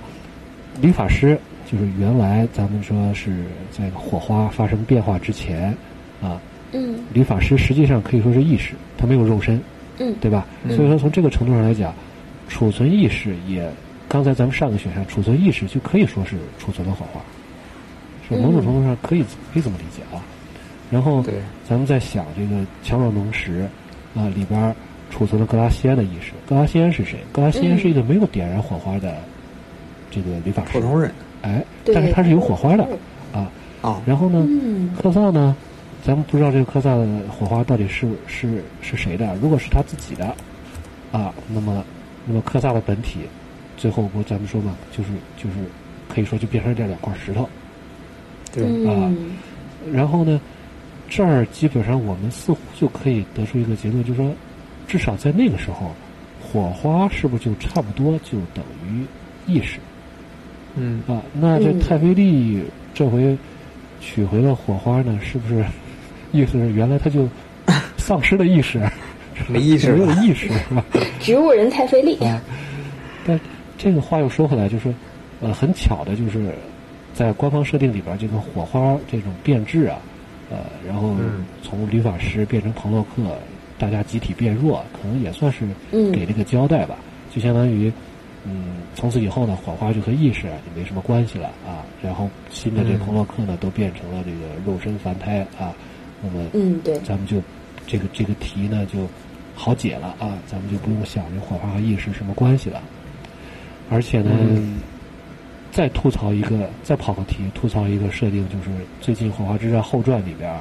Speaker 1: 理发师，就是原来咱们说是在火花发生变化之前啊，
Speaker 3: 嗯
Speaker 1: 理发师实际上可以说是意识，他没有肉身，
Speaker 3: 嗯
Speaker 1: 对吧？所以说从这个程度上来讲，储存意识也，刚才咱们上个选项储存意识就可以说是储存了火花，是某种程度上可以、可以这么理解啊。然后
Speaker 2: 嗯对
Speaker 1: 咱们在想这个强弱能石啊、里边儿储存了格拉西安的意识，格拉西安是谁？格拉西安是一个没有点燃火花的这个理发师，
Speaker 2: 普通人
Speaker 1: 哎，
Speaker 3: 对
Speaker 1: 但是他是有火花的啊。
Speaker 2: 啊，
Speaker 1: 然后呢，
Speaker 3: 嗯
Speaker 1: 科萨呢，咱们不知道这个科萨的火花到底是是是谁的。啊如果是他自己的，啊，那么那么科萨的本体，最后不是咱们说嘛，就是就是可以说就变成这两块石头。
Speaker 2: 对，
Speaker 1: 啊
Speaker 3: 嗯
Speaker 1: 然后呢，这儿基本上我们似乎就可以得出一个结论，就是说，至少在那个时候，火花是不是就差不多就等于意识？
Speaker 2: 嗯，
Speaker 1: 啊，那这
Speaker 3: 嗯
Speaker 1: 太妃利这回取回了火花呢，是不是意思是原来他就丧失了意识，
Speaker 2: 没意
Speaker 1: (laughs)
Speaker 2: 识
Speaker 1: 没有
Speaker 2: 了
Speaker 1: 意识是吧？
Speaker 3: 嗯植物人太费力。
Speaker 1: 啊，但这个话又说回来，就是呃，很巧的就是在官方设定里边，这个火花这种变质啊，呃，然后从吕法师变成彭洛克，大家集体变弱，可能也算是给这个交代吧。就相当于，嗯，从此以后呢，火花就和意识也没什么关系了啊。然后新的这彭洛克呢，都变成了这个肉身凡胎啊。那么，
Speaker 3: 嗯，对，
Speaker 1: 咱们就这个这个题呢就好解了啊，咱们就不用想这火花和意识什么关系了。而且呢，
Speaker 2: 嗯
Speaker 1: 再吐槽一个，再跑个题，吐槽一个设定，就是最近《火花之战》后传里边儿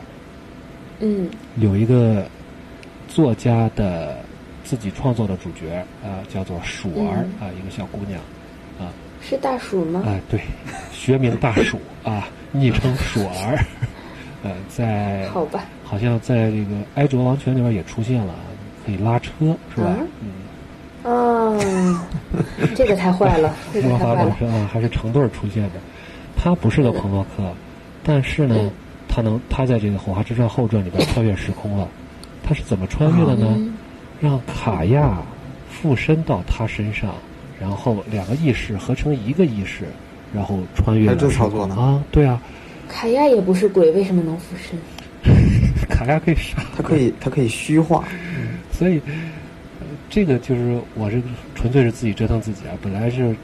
Speaker 3: 嗯
Speaker 1: 有一个作家的自己创作的主角啊、叫做鼠儿啊、一个小姑娘啊
Speaker 3: 是大鼠
Speaker 1: 啊、
Speaker 3: 吗？
Speaker 1: 对，学名大鼠啊，昵称鼠儿， (laughs) 呃，在
Speaker 3: 好吧，
Speaker 1: 好像在这个《埃卓王权》里边也出现了啊，可以拉车是吧
Speaker 3: 啊？
Speaker 1: 嗯，
Speaker 3: 哦，这个太坏
Speaker 1: (laughs)
Speaker 3: 了，这个
Speaker 1: 魔
Speaker 3: 太
Speaker 1: 法
Speaker 3: 坏
Speaker 1: 本
Speaker 3: 了。
Speaker 1: 身啊，还是成对儿出现的。他不是个朋洛克，但是呢
Speaker 3: 嗯，
Speaker 1: 他能他在这个《火花之战后传》里边穿越时空了。他是怎么穿越的呢？
Speaker 3: 嗯
Speaker 1: 让卡亚附身到他身上，然后两个意识合成一个意识，然后穿越
Speaker 2: 还
Speaker 1: 了
Speaker 2: 有这
Speaker 1: 时空。
Speaker 2: 操作呢
Speaker 1: 啊，对啊，
Speaker 3: 卡亚也不是鬼，为什么能附身？
Speaker 1: 卡亚可以杀
Speaker 2: 它可以它可以虚化，
Speaker 1: 所以、呃这个就是我是纯粹是自己折腾自己啊。本来是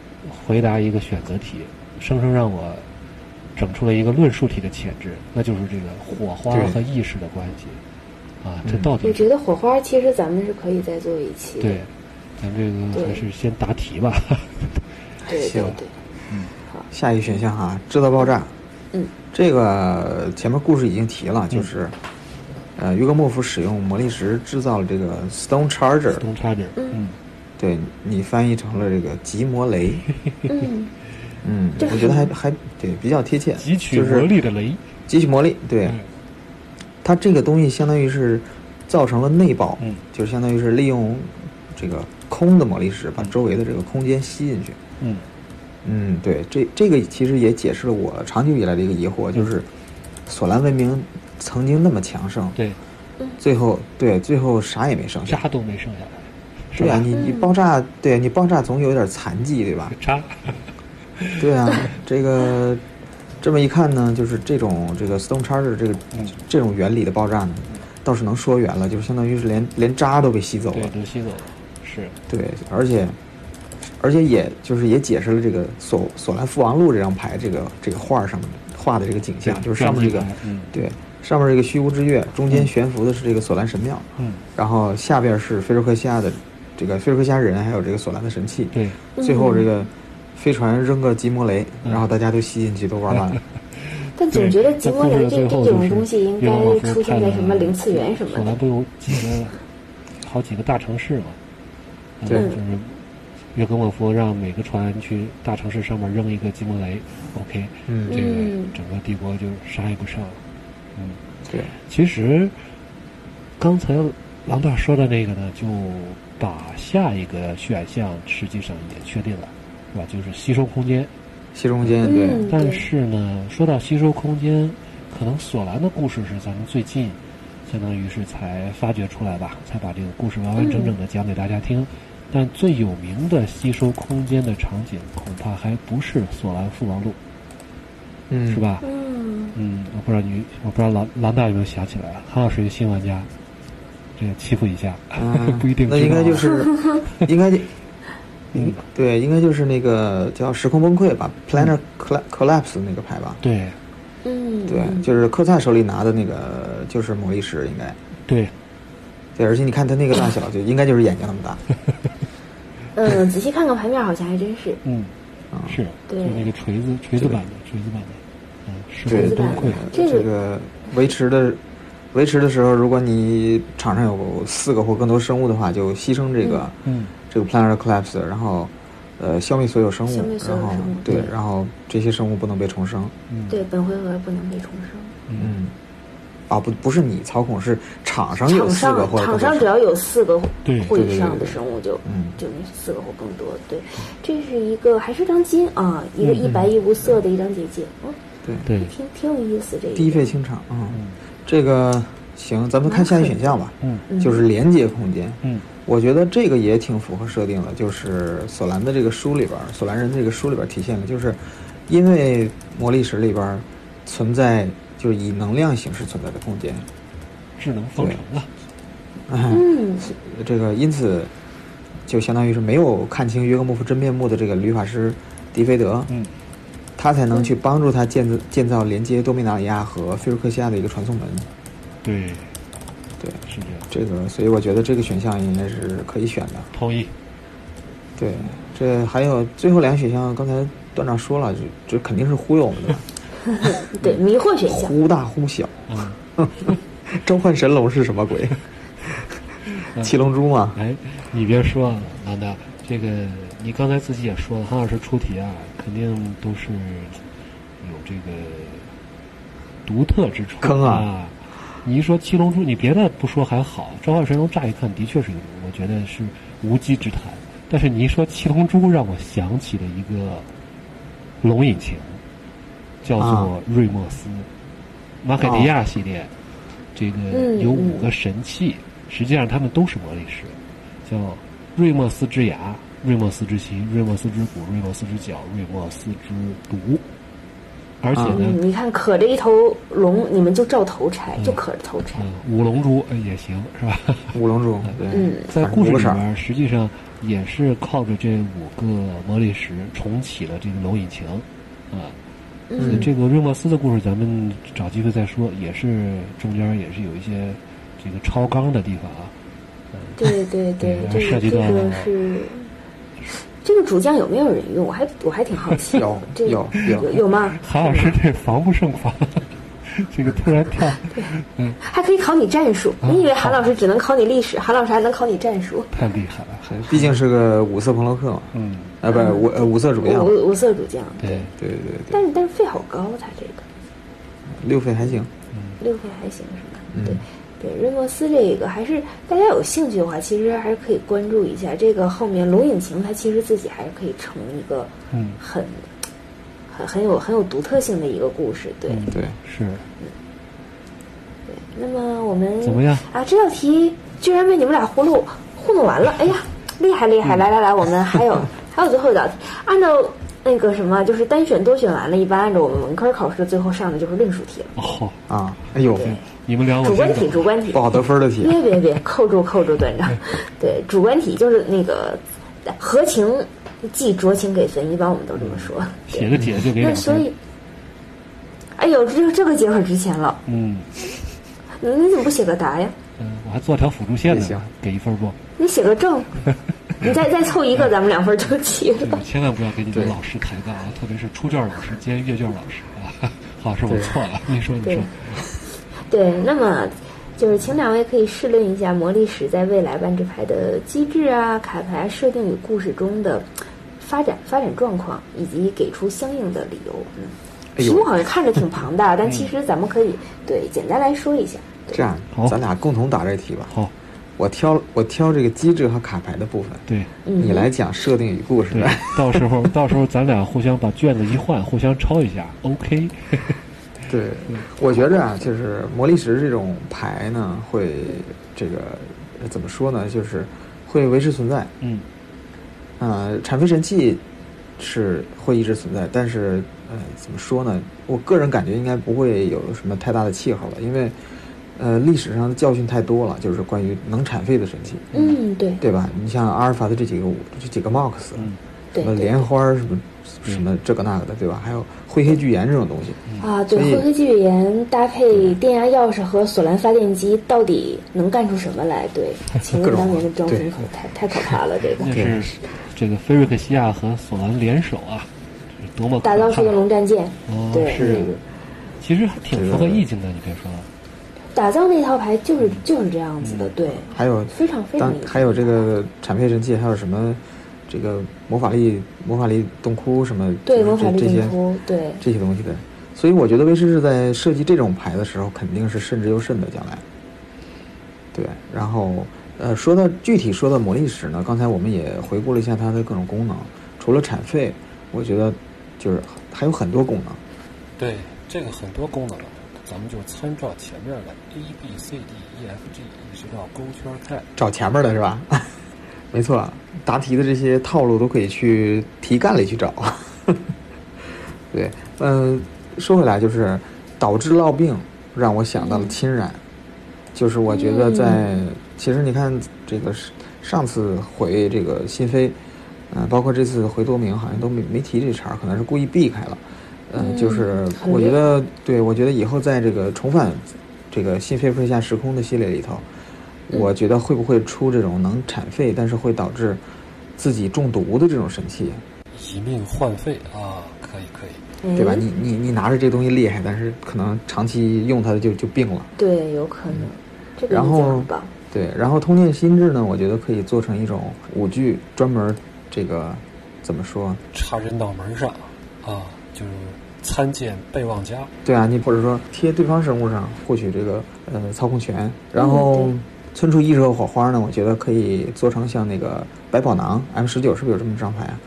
Speaker 1: 回答一个选择题，生生让我整出了一个论述题的潜质，那就是这个火花
Speaker 2: 对
Speaker 1: 和意识的关系啊。这
Speaker 2: 嗯
Speaker 1: 到底是、
Speaker 3: 我觉得火花其实咱们是可以再做一期的。
Speaker 1: 对？咱们这个
Speaker 3: 对
Speaker 1: 还是先答题吧。
Speaker 3: 对对
Speaker 2: 行
Speaker 3: 对，
Speaker 2: 下一个选项哈、制造爆炸。
Speaker 3: 嗯，
Speaker 2: 这个前面故事已经提
Speaker 1: 嗯
Speaker 2: 了，就是，呃，约格莫夫使用魔力石制造了这个 Stone Charger，
Speaker 1: 东插点，嗯，
Speaker 2: 对你翻译成了这个极魔
Speaker 1: (laughs)
Speaker 2: 雷。
Speaker 3: 嗯
Speaker 2: 嗯，
Speaker 3: 这
Speaker 2: 我觉得还还对比较贴切，
Speaker 1: 汲取
Speaker 2: 就
Speaker 1: 魔
Speaker 2: 是
Speaker 1: 力的雷，
Speaker 2: 汲取魔力。对，
Speaker 1: 嗯
Speaker 2: 它这个东西相当于是造成了内爆，
Speaker 1: 嗯
Speaker 2: 就是相当于是利用这个空的魔力石把周围的这个空间吸进去。
Speaker 1: 嗯
Speaker 2: 嗯，对，这这个其实也解释了我长久以来的一个疑惑，就是索兰文明曾经那么强盛，
Speaker 1: 对，
Speaker 2: 最后对最后啥也没剩下
Speaker 1: 渣，都没剩下来，是
Speaker 2: 对啊，
Speaker 1: 吧？ (laughs)
Speaker 2: 你你爆炸，对你爆炸总有点残疾，对吧？
Speaker 1: 渣，
Speaker 2: 对啊，这个这么一看呢，就是这种这个 Stone Charger 这个
Speaker 1: 嗯
Speaker 2: 这种原理的爆炸呢，倒是能说圆了，就是相当于是连连渣都被吸走
Speaker 1: 对，
Speaker 2: 了，
Speaker 1: 德西走了，是，
Speaker 2: 对，而且。而且也就是也解释了这个索索兰父王录这张牌这个这个画上面画的这个景象，就是上面这个
Speaker 1: 嗯
Speaker 2: 对，上面这个虚无之月，中间悬浮的是这个索兰神庙，
Speaker 1: 嗯，
Speaker 2: 然后下边是菲洛克西亚的这个菲洛克西亚人，还有这个索兰的神器。
Speaker 1: 对，
Speaker 2: 最后这个飞船扔个极魔雷，
Speaker 1: 嗯
Speaker 2: 然后大家都吸进去，都玩完了。
Speaker 3: 但总觉得极魔雷这这种东西应该出现在什么零次元什么
Speaker 1: 后来
Speaker 3: 的。
Speaker 1: 不有几个好几个大城市嘛？嗯
Speaker 2: 对
Speaker 1: 就是约格莫夫让每个船去大城市上面扔一个激魔雷，OK，
Speaker 2: 嗯
Speaker 1: 这个
Speaker 3: 嗯
Speaker 1: 整个帝国就啥也不剩了。嗯，
Speaker 2: 对，
Speaker 1: 其实刚才郎大说的那个呢，就把下一个选项实际上也确定了，是吧？就是吸收空间。
Speaker 2: 西中间对，
Speaker 3: 嗯，
Speaker 1: 但
Speaker 3: 对，
Speaker 1: 是呢，说到吸收空间，可能索兰的故事是咱们最近，相当于是才发掘出来吧，才把这个故事完完整整的讲给大家听。但最有名的吸收空间的场景，恐怕还不是《索兰父王录
Speaker 2: 嗯》，
Speaker 1: 是？吧？
Speaker 3: 嗯，
Speaker 1: 嗯，我不知道你，我不知道郎郎大有没有想起来啊？韩老师一个新玩家，这个欺负一下，
Speaker 2: 嗯
Speaker 1: (laughs) 不一定知道
Speaker 2: 那
Speaker 1: 啊。
Speaker 2: 应该就是
Speaker 1: (laughs)
Speaker 2: 应该就
Speaker 1: 嗯，
Speaker 2: 对，应该就是那个叫时空崩溃吧，Planar Colla- Collapse 那个牌吧。
Speaker 1: 对
Speaker 3: 嗯，
Speaker 2: 对，就是科萨手里拿的那个，就是魔力石，应该
Speaker 1: 对，
Speaker 2: 对，而且你看他那个大小，就应该就是眼睛那么
Speaker 1: (laughs)
Speaker 2: 大。
Speaker 3: 嗯，仔细看看牌面，好像还真是。
Speaker 1: 嗯，
Speaker 2: 嗯
Speaker 1: 是，
Speaker 3: 对
Speaker 1: 就那个锤子锤子版的锤子版的，嗯，是
Speaker 2: 对
Speaker 1: 很
Speaker 3: 对
Speaker 1: 崩溃。
Speaker 3: 这个
Speaker 2: 这个维持的维持的时候，如果你场上有四个或更多生物的话，就牺牲这个、
Speaker 1: 嗯。
Speaker 2: 这个 planar collapse，然后呃消灭所有生物，
Speaker 3: 消灭所有
Speaker 2: 然后
Speaker 3: 生物
Speaker 2: 对
Speaker 1: 对，
Speaker 2: 然后这些生物不能被重生。
Speaker 1: 嗯
Speaker 3: 对，本回合不能被重生。
Speaker 1: 嗯，
Speaker 2: 嗯，啊不不是你操控，是场上有
Speaker 3: 场
Speaker 2: 四个
Speaker 3: 上
Speaker 2: 或者更多
Speaker 3: 场上只
Speaker 2: 生物
Speaker 3: 要有四个
Speaker 1: 对
Speaker 3: 或
Speaker 2: 对
Speaker 3: 以
Speaker 2: 对
Speaker 3: 上
Speaker 2: 对
Speaker 3: 的
Speaker 2: 对
Speaker 3: 生物就
Speaker 2: 嗯
Speaker 3: 就四个或更多。对，这是一个还是张金啊，一个
Speaker 1: 嗯
Speaker 3: 一白一无色的一张结界，嗯，
Speaker 2: 对
Speaker 1: 对，
Speaker 3: 挺挺有意思这一
Speaker 2: 低
Speaker 3: 点
Speaker 2: 费清场嗯，这个行，咱们看下一选项吧，
Speaker 1: 嗯
Speaker 2: 就是连接空间。
Speaker 1: 嗯
Speaker 2: 我觉得这个也挺符合设定的，就是索兰的这个书里边儿，索兰人这个书里边儿体现了，就是因为魔力石里边存在就是以能量形式存在的空间， (laughs)
Speaker 1: 智能方程啊，
Speaker 2: 哎，
Speaker 3: 嗯
Speaker 2: 这个因此就相当于是没有看清约格莫夫真面目的这个旅法师迪菲德，
Speaker 1: 嗯
Speaker 2: 他才能去帮助他建造建造连接多米纳里亚和菲尔克西亚的一个传送门。
Speaker 1: 对
Speaker 2: 对，
Speaker 1: 是这样，
Speaker 2: 这个，所以我觉得这个选项应该是可以选的。
Speaker 1: 同意，
Speaker 2: 对，这还有最后两个选项，刚才段长说了，这这肯定是忽悠我们的，
Speaker 3: 对，迷惑选项。
Speaker 2: 忽大忽小。
Speaker 1: 嗯，
Speaker 2: 召唤神龙是什么鬼？ (laughs) 七龙珠吗？
Speaker 1: 哎，你别说啊，兰达，这个你刚才自己也说了，韩老师出题啊，肯定都是有这个独特之处
Speaker 2: 坑啊
Speaker 1: 啊！你一说七龙珠，你别的不说还好，召唤神龙乍一看的确是有，我觉得是无稽之谈。但是你一说七龙珠，让我想起了一个龙引擎，叫做
Speaker 2: 啊哦
Speaker 1: 瑞莫斯，马凯迪亚系列，这个有
Speaker 3: 嗯
Speaker 1: 五个神器，实际上他们都是魔力石，叫瑞莫斯之牙、瑞莫斯之心、瑞莫斯之骨、瑞莫斯之角、瑞莫斯之毒，而且呢，
Speaker 3: 嗯，你看，可着一头龙，你们就照头拆，就可着头拆。
Speaker 1: 嗯，五龙珠呃也行是吧？
Speaker 2: 五龙珠，对，
Speaker 3: 嗯
Speaker 1: (laughs) 在
Speaker 2: 反正
Speaker 1: 故事
Speaker 2: 五个
Speaker 1: 里
Speaker 2: 色儿
Speaker 1: 面，实际上也是靠着这五个魔力石重启了这个龙引擎，啊，所以
Speaker 3: 嗯
Speaker 1: 这个瑞莫斯的故事咱们找机会再说，也是中间也是有一些这个超纲的地方啊。
Speaker 3: 对
Speaker 2: (laughs)
Speaker 3: 对对，
Speaker 1: 对
Speaker 3: 这
Speaker 1: 涉
Speaker 3: 个
Speaker 1: 及
Speaker 3: 这
Speaker 1: 到
Speaker 3: 个
Speaker 2: 啊
Speaker 3: 是这个主将有没有人用？我还我还挺好奇的。
Speaker 2: 有
Speaker 3: 这个
Speaker 2: 有有
Speaker 3: 有有吗？
Speaker 1: 韩老师这防不胜防， (laughs) 这个突然跳，
Speaker 3: (laughs) 还可以考你战术。你以为韩老师只能考你历史，韩老师还能考你战术？
Speaker 1: 太厉害了，很
Speaker 2: 毕竟是个五色朋洛克嘛，
Speaker 1: 嗯，
Speaker 2: 啊，不是五呃五色主将，
Speaker 3: 无无色主将，
Speaker 1: 对，
Speaker 2: 对对对
Speaker 3: 但是但是费好高，他这个
Speaker 2: 对，六费还行，
Speaker 3: 六费还行是吧？
Speaker 2: 嗯
Speaker 3: 对。对瑞莫斯这个还是大家有兴趣的话，其实还是可以关注一下这个后面龙引擎，它其实自己还是可以成一个
Speaker 1: 嗯
Speaker 3: 很很很有很有独特性的一个故事。对，
Speaker 1: 嗯
Speaker 2: 对，
Speaker 1: 是
Speaker 3: 那么我们
Speaker 1: 怎么样
Speaker 3: 啊？这道题居然被你们俩糊弄糊弄完了！哎呀，厉害
Speaker 1: 嗯
Speaker 3: 厉害！来来来，我
Speaker 1: (laughs)
Speaker 3: 们还有还有最后一道题，按照那个什么，就是单选多选完了，一般按照我们文科考试最后上的就是论述题了，
Speaker 1: 哦，
Speaker 2: 啊，哎呦，
Speaker 1: 你们哦聊我
Speaker 3: 主观
Speaker 1: 真
Speaker 3: 题，
Speaker 1: 懂，
Speaker 3: 主观题
Speaker 2: 不。好得分的题，啊
Speaker 3: 别别别，扣住扣住，段长。
Speaker 1: 嗯
Speaker 3: 对，主观题就是那个合情即酌情给分，一般我们都这么说。
Speaker 1: 写个解就给
Speaker 3: 那
Speaker 1: 两
Speaker 3: 所
Speaker 1: 分
Speaker 3: 以，，哎呦，这这个结果值钱了，
Speaker 1: 嗯
Speaker 3: 你你怎么不写个答呀？
Speaker 1: 嗯，我还做条辅助线
Speaker 2: 也行
Speaker 1: 呢，给一分不？
Speaker 3: 你写个
Speaker 2: (laughs)
Speaker 3: 正，你再再凑一个，咱们两分就齐了。
Speaker 1: 对，千万不要跟你们老师抬杠啊，特别是出卷老师兼阅卷老师啊。好，是我错了，你说你
Speaker 3: 对
Speaker 1: 说，
Speaker 2: (laughs)
Speaker 3: 对，那么就是请两位可以试论一下魔力史在未来万智牌的机制啊、卡牌设定与故事中的发展发展状况，以及给出相应的理由。嗯，
Speaker 2: 哎
Speaker 3: 题
Speaker 2: 呦嗯
Speaker 3: 目好像看着挺庞大，但其实咱们可以对简单来说一下。对
Speaker 2: 这样
Speaker 1: 好
Speaker 2: 咱俩共同打这题吧，
Speaker 1: 好，
Speaker 2: 我挑我挑这个机制和卡牌的部分，
Speaker 1: 对。
Speaker 3: 嗯
Speaker 2: 你来讲设定与故事
Speaker 1: 对，到时候到时候咱俩互相把卷子一换，互相抄一下，OK？
Speaker 2: 对，我觉着啊，就是魔力石这种牌呢，会这个呃怎么说呢？就是会维持存在。
Speaker 1: 嗯，
Speaker 2: 呃，产飞神器是会一直存在，但是呃，怎么说呢？我个人感觉应该不会有什么太大的气候了，因为呃，历史上的教训太多了，就是关于能产废的神器，
Speaker 3: 嗯，对
Speaker 2: 对吧？你像阿尔法的这几个这几个 MOX，
Speaker 1: 嗯
Speaker 3: 对
Speaker 2: 什么
Speaker 3: 对
Speaker 2: 莲花儿什么什么这个那个的，对吧？还有灰黑巨岩这种东西，
Speaker 3: 啊，对，
Speaker 2: 嗯所以
Speaker 3: 灰黑巨岩搭配电压钥匙和索兰发电机，到底能干出什么来？
Speaker 2: (laughs)
Speaker 3: 对，请问当年的装瓶口太太可怕了，这
Speaker 1: 那
Speaker 3: 个
Speaker 1: 是这个菲瑞克西亚和索兰联手啊，这是多么可
Speaker 3: 打造出的
Speaker 1: 怕
Speaker 3: 龙战舰，
Speaker 1: 哦
Speaker 3: 对，
Speaker 1: 是
Speaker 3: 那个
Speaker 1: 其实还挺符合意境的，你别说，
Speaker 3: 打造那套牌就是就是这样子的，
Speaker 2: 嗯
Speaker 3: 对，
Speaker 2: 还有
Speaker 3: 非常非常
Speaker 2: 当
Speaker 3: 厉害
Speaker 2: 还有这个产配神器，还有什么这个魔法力、魔法力洞窟什么，
Speaker 3: 对
Speaker 2: 就是
Speaker 3: 魔法
Speaker 2: 这
Speaker 3: 力
Speaker 2: 这些
Speaker 3: 洞窟，对，
Speaker 2: 这些东西的。所以我觉得威士是在设计这种牌的时候，肯定是慎之又慎的，将来。对，然后呃，说到具体说到魔力石呢，刚才我们也回顾了一下它的各种功能，除了产废，我觉得就是还有很多功能。
Speaker 1: 对，这个很多功能，咱们就参照前面的 A B C D E F G，一直到勾圈看，
Speaker 2: 找前面的是吧？ (laughs) 没错，答题的这些套路都可以去题干里去找。 (laughs) 对，嗯、说回来就是导致烙病，让我想到了亲染，就是我觉得在、其实你看这个是上次回这个新飞，嗯、包括这次回多明，好像都没没提这茬儿，可能是故意避开了。嗯、
Speaker 3: 嗯
Speaker 2: 就是
Speaker 3: 很
Speaker 2: 我觉
Speaker 3: 厉害
Speaker 2: 得，对我觉得以后在这个重返这个新飞飞下时空的系列里头，
Speaker 3: 嗯
Speaker 2: 我觉得会不会出这种能产肺，但是会导致自己中毒的这种神器？
Speaker 1: 以命换肺啊，可以可以，
Speaker 2: 对吧？
Speaker 3: 哎
Speaker 2: 你你你拿着这东西厉害，但是可能长期用它就就病了。
Speaker 3: 对，有可能，这
Speaker 2: 嗯
Speaker 3: 个
Speaker 2: 然
Speaker 3: 理解
Speaker 2: 后
Speaker 3: 很棒。
Speaker 2: 对，然后通电心智呢，我觉得可以做成一种舞剧，专门这个怎么说？
Speaker 1: 插人脑门上啊，就是参见备忘家，
Speaker 2: 对啊，你或者说贴对方生物上获取这个呃操控权，然后
Speaker 3: 嗯
Speaker 2: 存储意识和火花呢，我觉得可以做成像那个百宝囊 M 十九是不是有这么一张牌啊？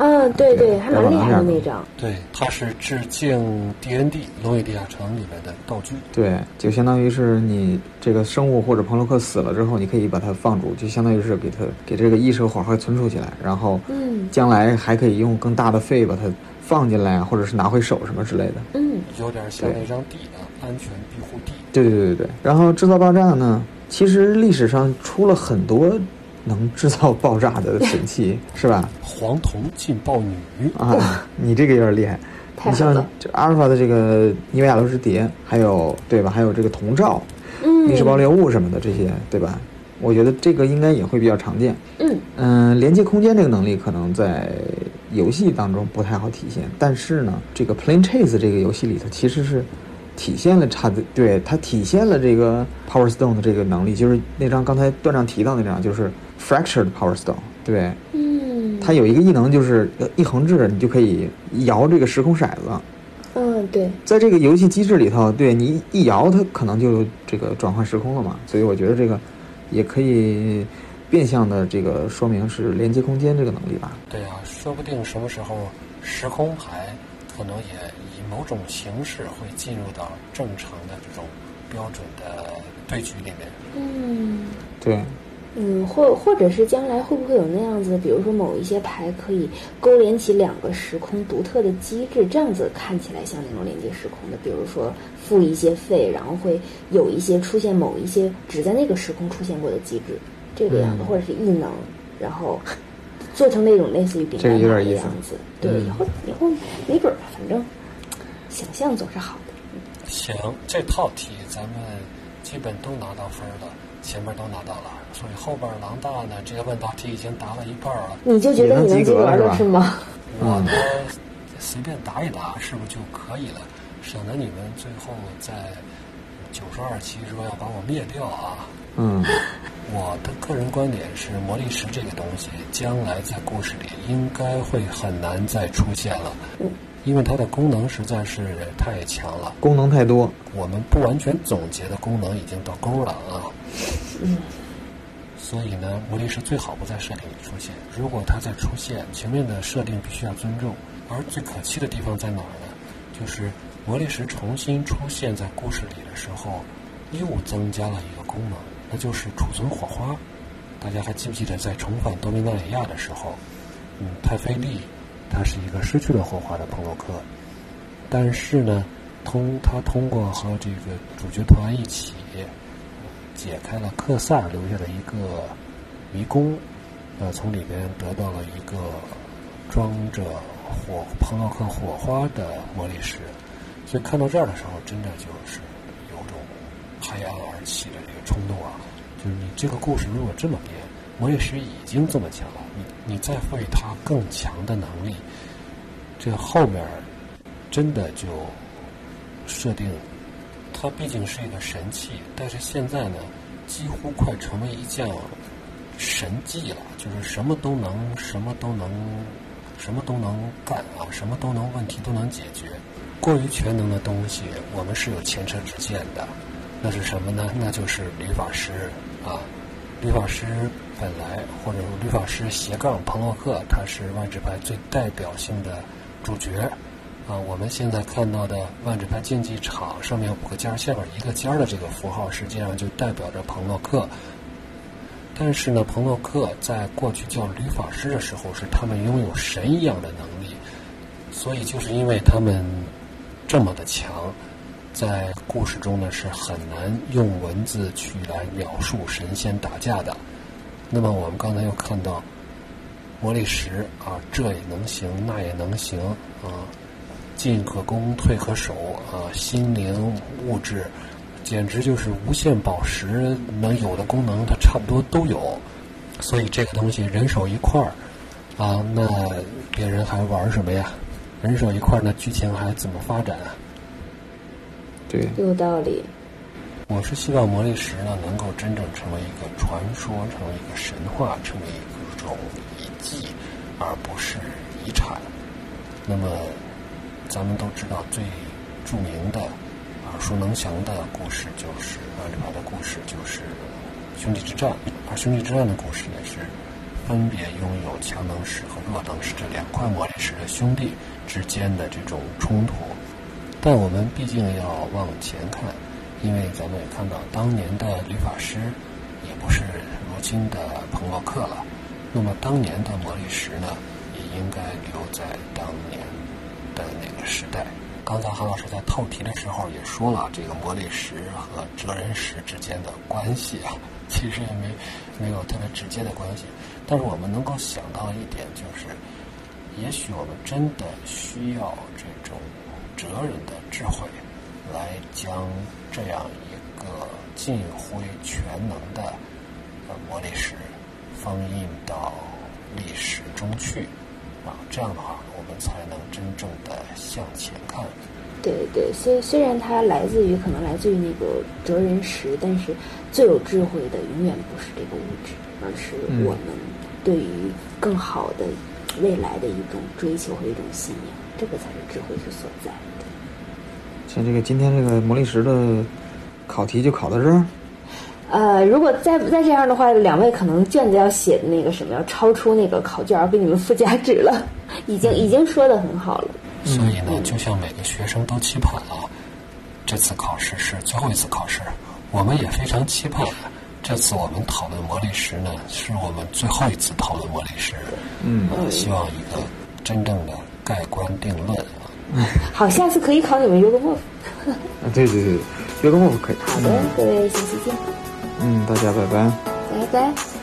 Speaker 3: 嗯，对
Speaker 2: 对
Speaker 3: 对，还蛮厉害的那张。
Speaker 1: 对，它是致敬 D N D《龙与地下城》里面的道具，
Speaker 2: 对，就相当于是你这个生物或者朋洛克死了之后，你可以把它放逐，就相当于是给它给这个意识和火花存储起来，然后
Speaker 3: 嗯
Speaker 2: 将来还可以用更大的肺把它放进来，或者是拿回手什么之类的。
Speaker 3: 嗯，
Speaker 1: 有点像
Speaker 2: 对
Speaker 1: 那张地啊，安全庇护地。
Speaker 2: 对对对对对。然后制造爆炸呢，其实历史上出了很多能制造爆炸的神器，是吧？
Speaker 1: 黄铜劲爆女，
Speaker 2: 啊，你这个有点厉害。
Speaker 3: 太
Speaker 2: 你
Speaker 3: 狠
Speaker 2: 像
Speaker 3: 了。
Speaker 2: 这阿尔法的这个尼维亚流士蝶，还有对吧？还有这个铜罩、密室爆
Speaker 3: 嗯
Speaker 2: 裂物什么的这些，对吧？我觉得这个应该也会比较常见。
Speaker 3: 嗯，
Speaker 2: 嗯，连接空间这个能力可能在游戏当中不太好体现，但是呢，这个 Plane Chase 这个游戏里头其实是体现了它的，对它体现了这个 Power Stone 的这个能力，就是那张刚才段长提到那张，就是 Fractured Power Stone，对，
Speaker 3: 嗯，
Speaker 2: 它有一个异能就是呃一横置，你就可以摇这个时空骰子，
Speaker 3: 嗯对，
Speaker 2: 在这个游戏机制里头，对你一摇它可能就这个转换时空了嘛，所以我觉得这个也可以变相的这个说明是连接空间这个能力吧。
Speaker 1: 对啊，说不定什么时候时空牌可能也以某种形式会进入到正常的这种标准的对局里面。
Speaker 3: 嗯。
Speaker 2: 对，
Speaker 3: 嗯，或或者是将来会不会有那样子的，比如说某一些牌可以勾连起两个时空独特的机制，这样子看起来像那种连接时空的，比如说付一些费，然后会有一些出现某一些只在那个时空出现过的机制，这个样子，
Speaker 2: 嗯
Speaker 3: 或者是异能，然后做成那种类似于饼
Speaker 2: 这个
Speaker 3: 干
Speaker 2: 有
Speaker 3: 牌
Speaker 2: 点
Speaker 3: 的
Speaker 2: 意
Speaker 3: 样
Speaker 2: 思嗯
Speaker 3: 子。对，以后以后没准儿吧，反正想象总是好的。
Speaker 1: 行，这套题咱们基本都拿到分了，前面都拿到了，所以后边狼大呢，这个问答题已经答了一半了。
Speaker 3: 你就觉得
Speaker 2: 也能
Speaker 3: 你能
Speaker 2: 及
Speaker 3: 及
Speaker 2: 格
Speaker 3: 格
Speaker 2: 了
Speaker 3: 了
Speaker 2: 是
Speaker 3: 是
Speaker 2: 吧
Speaker 3: 吗？ (laughs)
Speaker 1: 我呢随便答一答，是不是就可以了？省得你们最后在九十二期说要把我灭掉啊！
Speaker 2: 嗯，
Speaker 1: 我的个人观点是，魔力石这个东西将来在故事里应该会很难再出现了，因为它的功能实在是太强了。
Speaker 2: 功能太多，
Speaker 1: 我们不完全总结的功能已经到钩了啊。
Speaker 3: 嗯
Speaker 1: 所以呢，魔力石最好不在设定里出现。如果它再出现，前面的设定必须要尊重。而最可惜的地方在哪儿呢？就是魔力石重新出现在故事里的时候，又增加了一个功能，那就是储存火花。大家还记不记得在重返多米纳里亚的时候，嗯，泰菲利他是一个失去了火花的朋洛克，但是呢，通他通过和这个主角团一起解开了克萨尔留下的一个迷宫，呃，从里边得到了一个装着火朋洛克火花的魔力石，所以看到这儿的时候，真的就是有种拍案而起的这个冲动啊！就是你这个故事如果这么编，魔力石已经这么强了，你你再赋予它更强的能力，这后面儿真的就设定，它毕竟是一个神器，但是现在呢，几乎快成为一项神技了，就是什么都能，什么都能，啊什么都能干啊，什么都能，问题都能解决。过于全能的东西，我们是有前车之鉴的，那是什么呢？ (laughs) 那就是吕法师啊。吕法师本来或者吕法师斜杠彭洛克，他是万智牌最代表性的主角啊。我们现在看到的万智牌竞技场上面有五个尖儿，下边一个尖儿的这个符号，实际上就代表着彭洛克。但是呢，彭洛克在过去叫吕法师的时候，是他们拥有神一样的能力，所以就是因为他们这么的强，在故事中呢是很难用文字去来描述神仙打架的。那么我们刚才又看到魔力石啊，这也能行，那也能行啊，进可攻，退可守啊，心灵物质简直就是无限宝石能有的功能，它差不多都有。所以这个东西人手一块儿啊，那别人还玩什么呀？人手一块儿，那剧情还怎么发展啊？
Speaker 2: 对，
Speaker 3: 有道理。
Speaker 1: 我是希望魔力石呢，能够真正成为一个传说，成为一个神话，成为一种遗迹，而不是遗产。那么，咱们都知道最著名的、耳熟能详的故事就是啊阿里巴的故事，就是兄弟之战。而兄弟之战的故事也是分别拥有强能石和弱能石这两块魔力石的兄弟之间的这种冲突。但我们毕竟要往前看，因为咱们也看到当年的理发师也不是如今的彭洛克了。那么当年的魔力石呢，也应该留在当年的那个时代。刚才韩老师在透题的时候也说了，这个魔力石啊和哲人石之间的关系啊， (laughs) 其实也没没有特别直接的关系。但是我们能够想到一点，就是也许我们真的需要这种哲人的智慧，来将这样一个近乎于全能的呃魔力石封印到历史中去。啊，这样的话，我们才能真正的向前看。
Speaker 3: 对对，虽虽然它来自于可能来自于那个哲人石，但是最有智慧的永远不是这个物质，而是
Speaker 2: 嗯
Speaker 3: 我们对于更好的未来的一种追求和一种信仰，这个才是智慧之所在。
Speaker 2: 像这个今天这个魔力石的考题就考到这儿，
Speaker 3: 呃，如果再再这样的话，两位可能卷子要写的那个什么，要超出那个考卷，而被你们附加值了。 (laughs) 已经已经说的很好了，
Speaker 1: 所以呢，就像每个学生都期盼啊，这次考试是最后一次考试，我们也非常期盼。这次我们讨论魔力石呢，是我们最后一次讨论魔力石。
Speaker 2: 嗯
Speaker 1: 呃，希望一个真正的盖棺定论啊。
Speaker 3: 好，下次可以考你们 r o b o
Speaker 2: 啊，对对对，约个幕可以，嗯
Speaker 3: 好的，各位下期见，
Speaker 2: 嗯，大家拜拜。
Speaker 3: 拜拜。